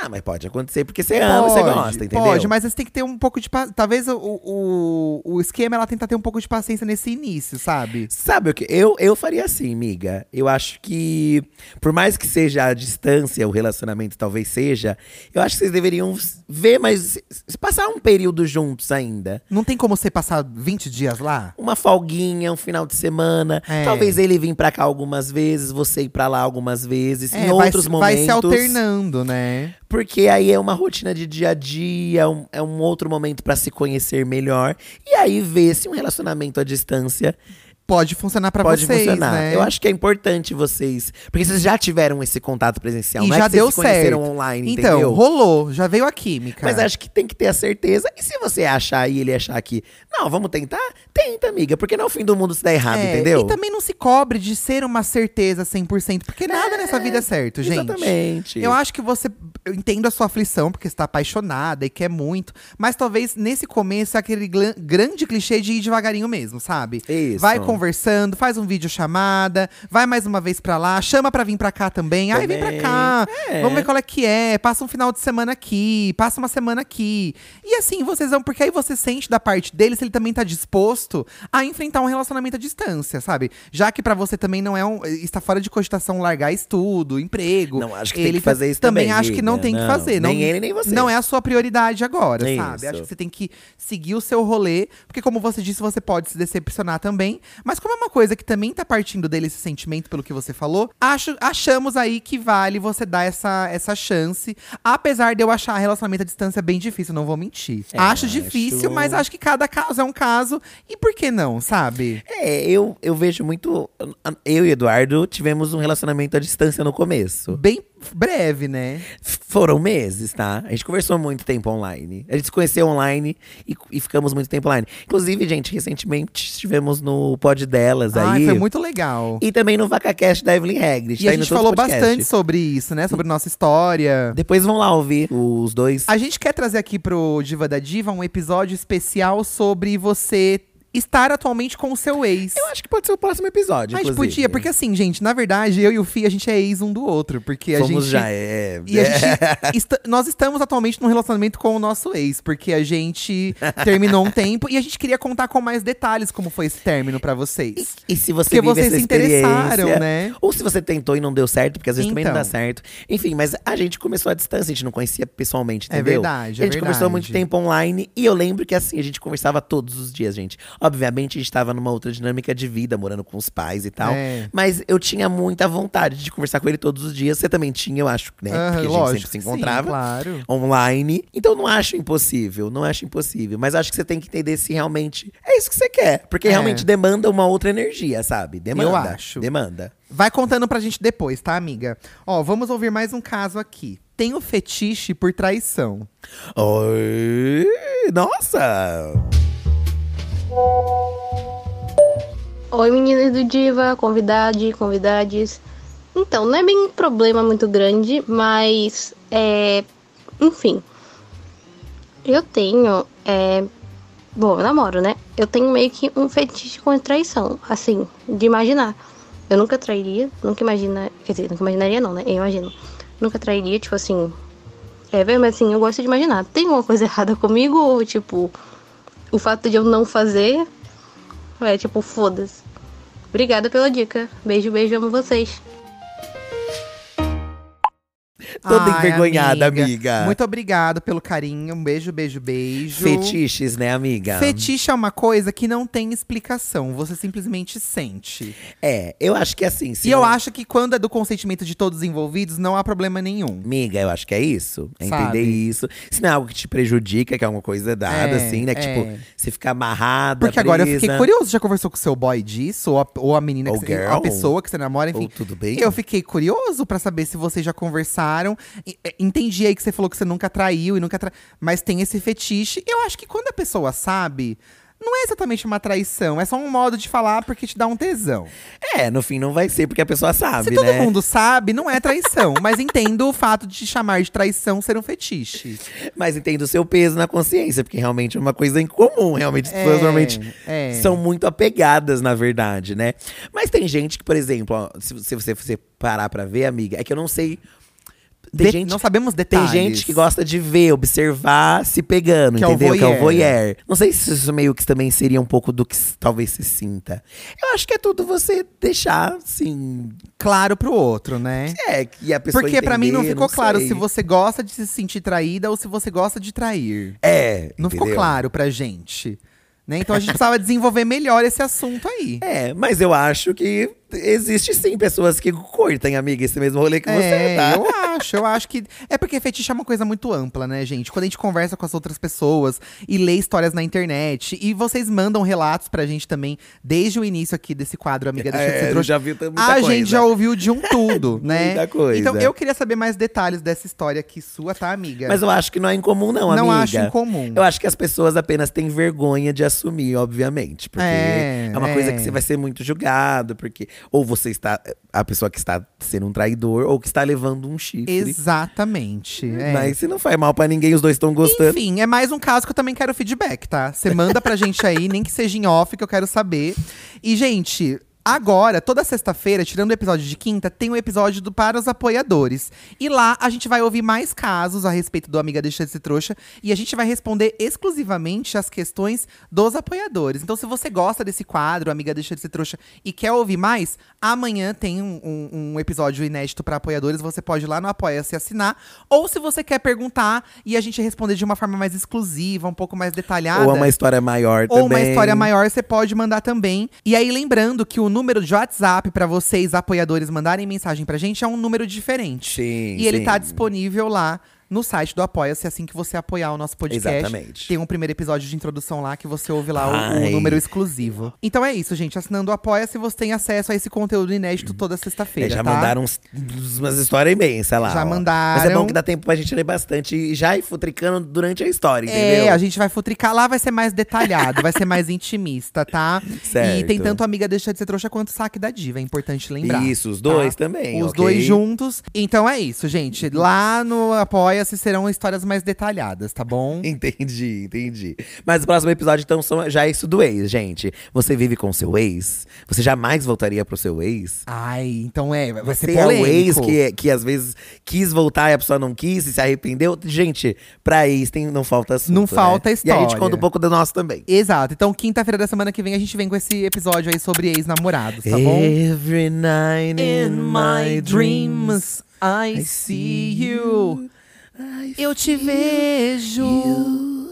B: Ah, mas pode acontecer, porque você ama, você gosta, entendeu?
A: Pode, mas você tem que ter um pouco de… pa- Talvez o, o, o esquema, ela tentar ter um pouco de paciência nesse início, sabe?
B: Sabe o que? Eu, eu faria assim, miga. Eu acho que, por mais que seja a distância, o relacionamento talvez seja, eu acho que vocês deveriam s- ver, mas se- se passar um período juntos ainda.
A: Não tem como você passar 20 dias lá?
B: Uma folguinha, um final de semana.
A: É.
B: Talvez ele vir pra cá algumas vezes, você ir pra lá algumas vezes, em
A: É, vai
B: outros
A: se-
B: momentos.
A: vai se alternando, né?
B: Porque aí é uma rotina de dia a dia, um- é um outro momento pra se conhecer melhor. E aí ver se um relacionamento à distância
A: pode funcionar pra
B: pode
A: vocês,
B: funcionar.
A: né?
B: Eu acho que é importante vocês. Porque vocês já tiveram esse contato presencial,
A: e
B: não é
A: já
B: que
A: deu
B: vocês se conheceram
A: certo.
B: online,
A: então,
B: entendeu?
A: rolou, já veio a química.
B: Mas é acho que tem que ter a certeza. E se você achar e ele achar que, não, vamos tentar, tenta, amiga. Porque não é o fim do mundo se der errado,
A: É,
B: entendeu?
A: E também não se cobre de ser uma certeza 100%, porque nada nessa vida é certo, gente.
B: Exatamente.
A: Eu acho que você. Eu entendo a sua aflição, porque você tá apaixonada e quer muito. Mas talvez nesse começo é aquele glan- grande clichê de ir devagarinho mesmo, sabe?
B: Isso.
A: Vai conversando, faz um vídeo chamada, vai mais uma vez pra lá, chama pra vir pra cá também. Ai, vem pra
B: Também.
A: cá.
B: É.
A: Vamos ver qual é que é. Passa um final de semana aqui, passa uma semana aqui. E assim vocês vão, porque aí você sente da parte dele se ele também tá disposto a enfrentar um relacionamento à distância, sabe? Já que pra você também não é um. Está fora de cogitação largar estudo, emprego.
B: Não, acho que
A: ele
B: tem que fazer isso
A: também.
B: também,
A: acho que não
B: amiga.
A: tem que
B: Não,
A: fazer. Não,
B: nem ele, nem você.
A: Não é a sua prioridade agora,
B: Isso.
A: sabe? Acho que você tem que seguir o seu rolê. Porque como você disse, você pode se decepcionar também. Mas como é uma coisa que também tá partindo dele esse sentimento, pelo que você falou. Acho, achamos aí que vale você dar essa, essa chance. Apesar de eu achar relacionamento à distância bem difícil, não vou mentir.
B: É,
A: acho
B: acho-
A: difícil, mas acho que cada caso é um caso. E por que não, sabe?
B: É, eu, eu vejo muito. Eu e Eduardo tivemos um relacionamento à distância no começo.
A: Bem breve, né?
B: F- Foram meses, tá? A gente conversou muito tempo online. A gente se conheceu online e, e ficamos muito tempo online. Inclusive, gente, recentemente estivemos no pod delas
A: Ai,
B: aí.
A: foi muito legal.
B: E também no VacaCast da Evelyn Hagrid.
A: E a gente falou bastante sobre isso, né? Sobre nossa história.
B: Depois vão lá ouvir os dois.
A: A gente quer trazer aqui pro Diva da Diva um episódio especial sobre você estar atualmente com o seu ex.
B: Eu acho que pode ser o próximo episódio.
A: Mas
B: inclusive.
A: podia, porque assim, gente, na verdade, eu e o Fih, a gente é ex um do outro. Porque a
B: Fomos
A: gente.
B: já, é.
A: E a gente. esta- nós estamos atualmente num relacionamento com o nosso ex, porque a gente terminou um tempo e a gente queria contar com mais detalhes como foi esse término pra
B: E,
A: vocês.
B: e se você
A: Porque
B: vive
A: vocês
B: essa
A: se interessaram,
B: experiência,
A: né?
B: Ou se você tentou e não deu certo, porque às vezes também não dá
A: Então.
B: certo. Enfim, mas a gente começou à distância, a gente não conhecia pessoalmente,
A: É
B: entendeu?
A: verdade, é
B: A gente
A: verdade.
B: conversou há muito tempo online e eu lembro que assim, a gente conversava todos os dias, gente. Obviamente, a gente tava numa outra dinâmica de vida, morando com os pais e tal.
A: É.
B: Mas eu tinha muita vontade de conversar com ele todos os dias. Você também tinha, eu acho, né?
A: Aham,
B: Porque a gente sempre
A: lógico
B: se
A: que sim,
B: encontrava
A: claro.
B: online. Então não acho impossível, não acho impossível. Mas acho que você tem que entender se realmente é isso que você quer. Porque
A: É.
B: realmente demanda uma outra energia, sabe? Demanda.
A: Eu acho.
B: Demanda.
A: Vai contando pra gente depois, tá, amiga? Ó, vamos ouvir mais um caso aqui. Tem o fetiche por traição.
B: Oi, nossa!
D: Oi, meninas do Diva, convidade, convidades. Então, não é bem um problema muito grande, mas é. Enfim. Eu tenho. É, bom, eu namoro, né? Eu tenho meio que um fetiche com a traição, assim, de imaginar. Eu nunca trairia, nunca imagina. Quer dizer, nunca imaginaria, não, né? Eu imagino. Nunca trairia, tipo assim. É, velho, mas assim, eu gosto de imaginar. Tem alguma coisa errada comigo? Ou, tipo, o fato de eu não fazer é tipo, foda-se. Obrigada pela dica. Beijo, beijo, amo vocês.
B: Toda
A: Ai,
B: envergonhada, amiga.
A: Muito obrigado pelo carinho. Um beijo, beijo, beijo.
B: Fetiches, né, amiga?
A: Fetiche é uma coisa que não tem explicação, você simplesmente sente.
B: É, eu acho que é assim. se
A: e eu
B: não-
A: acho que quando é do consentimento de todos os envolvidos, não há problema nenhum.
B: Amiga, eu acho que é isso. É
A: Sabe?
B: entender isso. Se não é algo que te prejudica, que é alguma coisa dada,
A: É,
B: assim, né? Que,
A: é.
B: tipo, você fica amarrada.
A: Porque agora eu fiquei
B: presa,
A: curioso, já conversou com o seu boy disso? Ou a, ou a menina,
B: Ou
A: que você, ou
B: girl.
A: a pessoa que você namora, enfim.
B: Ou tudo bem?
A: Eu fiquei curioso pra saber se vocês já conversaram. E- e- Entendi aí que você falou que você nunca traiu e nunca tra... Mas tem esse fetiche. Eu acho que quando a pessoa sabe, não é exatamente uma traição. É só um modo de falar porque te dá um tesão.
B: É, no fim não vai ser, porque a pessoa sabe,
A: Se
B: né?
A: todo mundo sabe, não é traição. mas entendo o fato de te chamar de traição ser um fetiche.
B: Mas entendo o seu peso na consciência, porque realmente é uma coisa incomum. Realmente, as pessoas normalmente
A: é.
B: são muito apegadas, na verdade, né? Mas tem gente que, por exemplo, ó, se, se você, você parar pra ver, amiga, é que eu não sei. Tem
A: De-
B: gente
A: não sabemos
B: Tem
A: detalhes.
B: gente que gosta de ver, observar, se pegando,
A: Que é o
B: entendeu? que é o
A: voyeur.
B: voyeur. Não sei se isso meio que também seria um pouco do que s- talvez se sinta. Eu acho que é tudo você deixar, assim.
A: Claro pro outro, né?
B: É, que a pessoa.
A: Porque pra mim não
B: entender,
A: ficou claro
B: sei.
A: se você gosta de se sentir traída ou se você gosta de trair.
B: É.
A: Não ficou
B: entendeu?
A: claro pra gente. Né? Então a gente precisava desenvolver melhor esse assunto aí.
B: É, mas eu acho que existe sim pessoas que curtem, amiga, esse mesmo rolê que você, tá?
A: É, eu acho, eu acho que. É porque fetiche é uma coisa muito ampla, né, gente? Quando a gente conversa com as outras pessoas e lê histórias na internet, e vocês mandam relatos pra gente também, desde o início aqui desse quadro, amiga, deixa de
B: É,
A: ser trouxa.
B: já vi muita
A: a
B: coisa.
A: gente já ouviu de um tudo, né?
B: Muita coisa.
A: Então eu queria saber mais detalhes dessa história aqui sua, tá, amiga?
B: Mas eu acho que não é incomum, não, amiga.
A: Não acho incomum.
B: Eu acho que as pessoas apenas têm vergonha de assumir, obviamente. Porque
A: É,
B: é, uma coisa
A: é.
B: que você vai ser muito julgado, porque. Ou você está. A pessoa que está sendo um traidor, ou que está levando um chifre.
A: Exatamente. é.
B: Mas se não faz mal pra ninguém, os dois estão gostando.
A: Enfim, é mais um caso que eu também quero feedback, tá? Você manda pra gente aí, nem que seja em off, que eu quero saber. E, gente. Agora, toda sexta-feira, tirando o episódio de quinta, tem um episódio do Para os Apoiadores. E lá a gente vai ouvir mais casos a respeito do Amiga Deixa de Ser Trouxa. E a gente vai responder exclusivamente as questões dos apoiadores. Então, se você gosta desse quadro, Amiga Deixa de Ser Trouxa, e quer ouvir mais, amanhã tem um, um- um episódio inédito para apoiadores. Você pode ir lá no Apoia-se e assinar. Ou se você quer perguntar e a gente responder de uma forma mais exclusiva, um pouco mais detalhada.
B: Ou é uma história maior também.
A: Ou uma história maior, você pode mandar também. E aí, lembrando que o número de WhatsApp pra vocês, apoiadores, mandarem mensagem pra gente é um número diferente.
B: Sim,
A: e ele
B: sim.
A: tá disponível lá no site do Apoia-se, assim que você apoiar o nosso podcast.
B: Exatamente.
A: Tem um primeiro episódio de introdução lá que você ouve lá o- o,
B: Ai.
A: número exclusivo. Então é isso, gente. Assinando o Apoia-se, você tem acesso a esse conteúdo inédito toda
B: É,
A: sexta-feira.
B: já
A: tá?
B: mandaram uns- uns- umas histórias imensas lá.
A: Já
B: ó.
A: mandaram.
B: Mas é bom que dá tempo pra gente ler bastante e já ir futricando durante a história, entendeu?
A: É, a gente vai futricar lá, vai ser mais detalhado, vai ser mais intimista, tá? E
B: Certo.
A: tem tanto amiga deixa de ser trouxa quanto saque da diva, é importante lembrar.
B: Isso, os dois também.
A: Tá? Os
B: ok?
A: dois juntos. Então é isso, gente. Lá no Apoia-se serão histórias mais detalhadas, tá bom?
B: Entendi, entendi. Mas o próximo episódio, então, são- já é isso do ex, gente. Você vive com seu ex? Você jamais voltaria pro seu ex?
A: Ai, então é, vai
B: Você
A: ser
B: é
A: polêmico.
B: o ex que, que às vezes quis voltar e a pessoa não quis e se arrependeu? Gente, pra ex tem, não falta assunto,
A: Não
B: né?
A: falta
B: E a gente
A: história.
B: conta um pouco do nosso também.
A: Exato. Então, quinta-feira da semana que vem, a gente vem com esse episódio aí sobre ex-namorados,
B: É.
A: tá bom?
B: Every night in my dreams
A: I
B: see you.
A: Eu te vejo.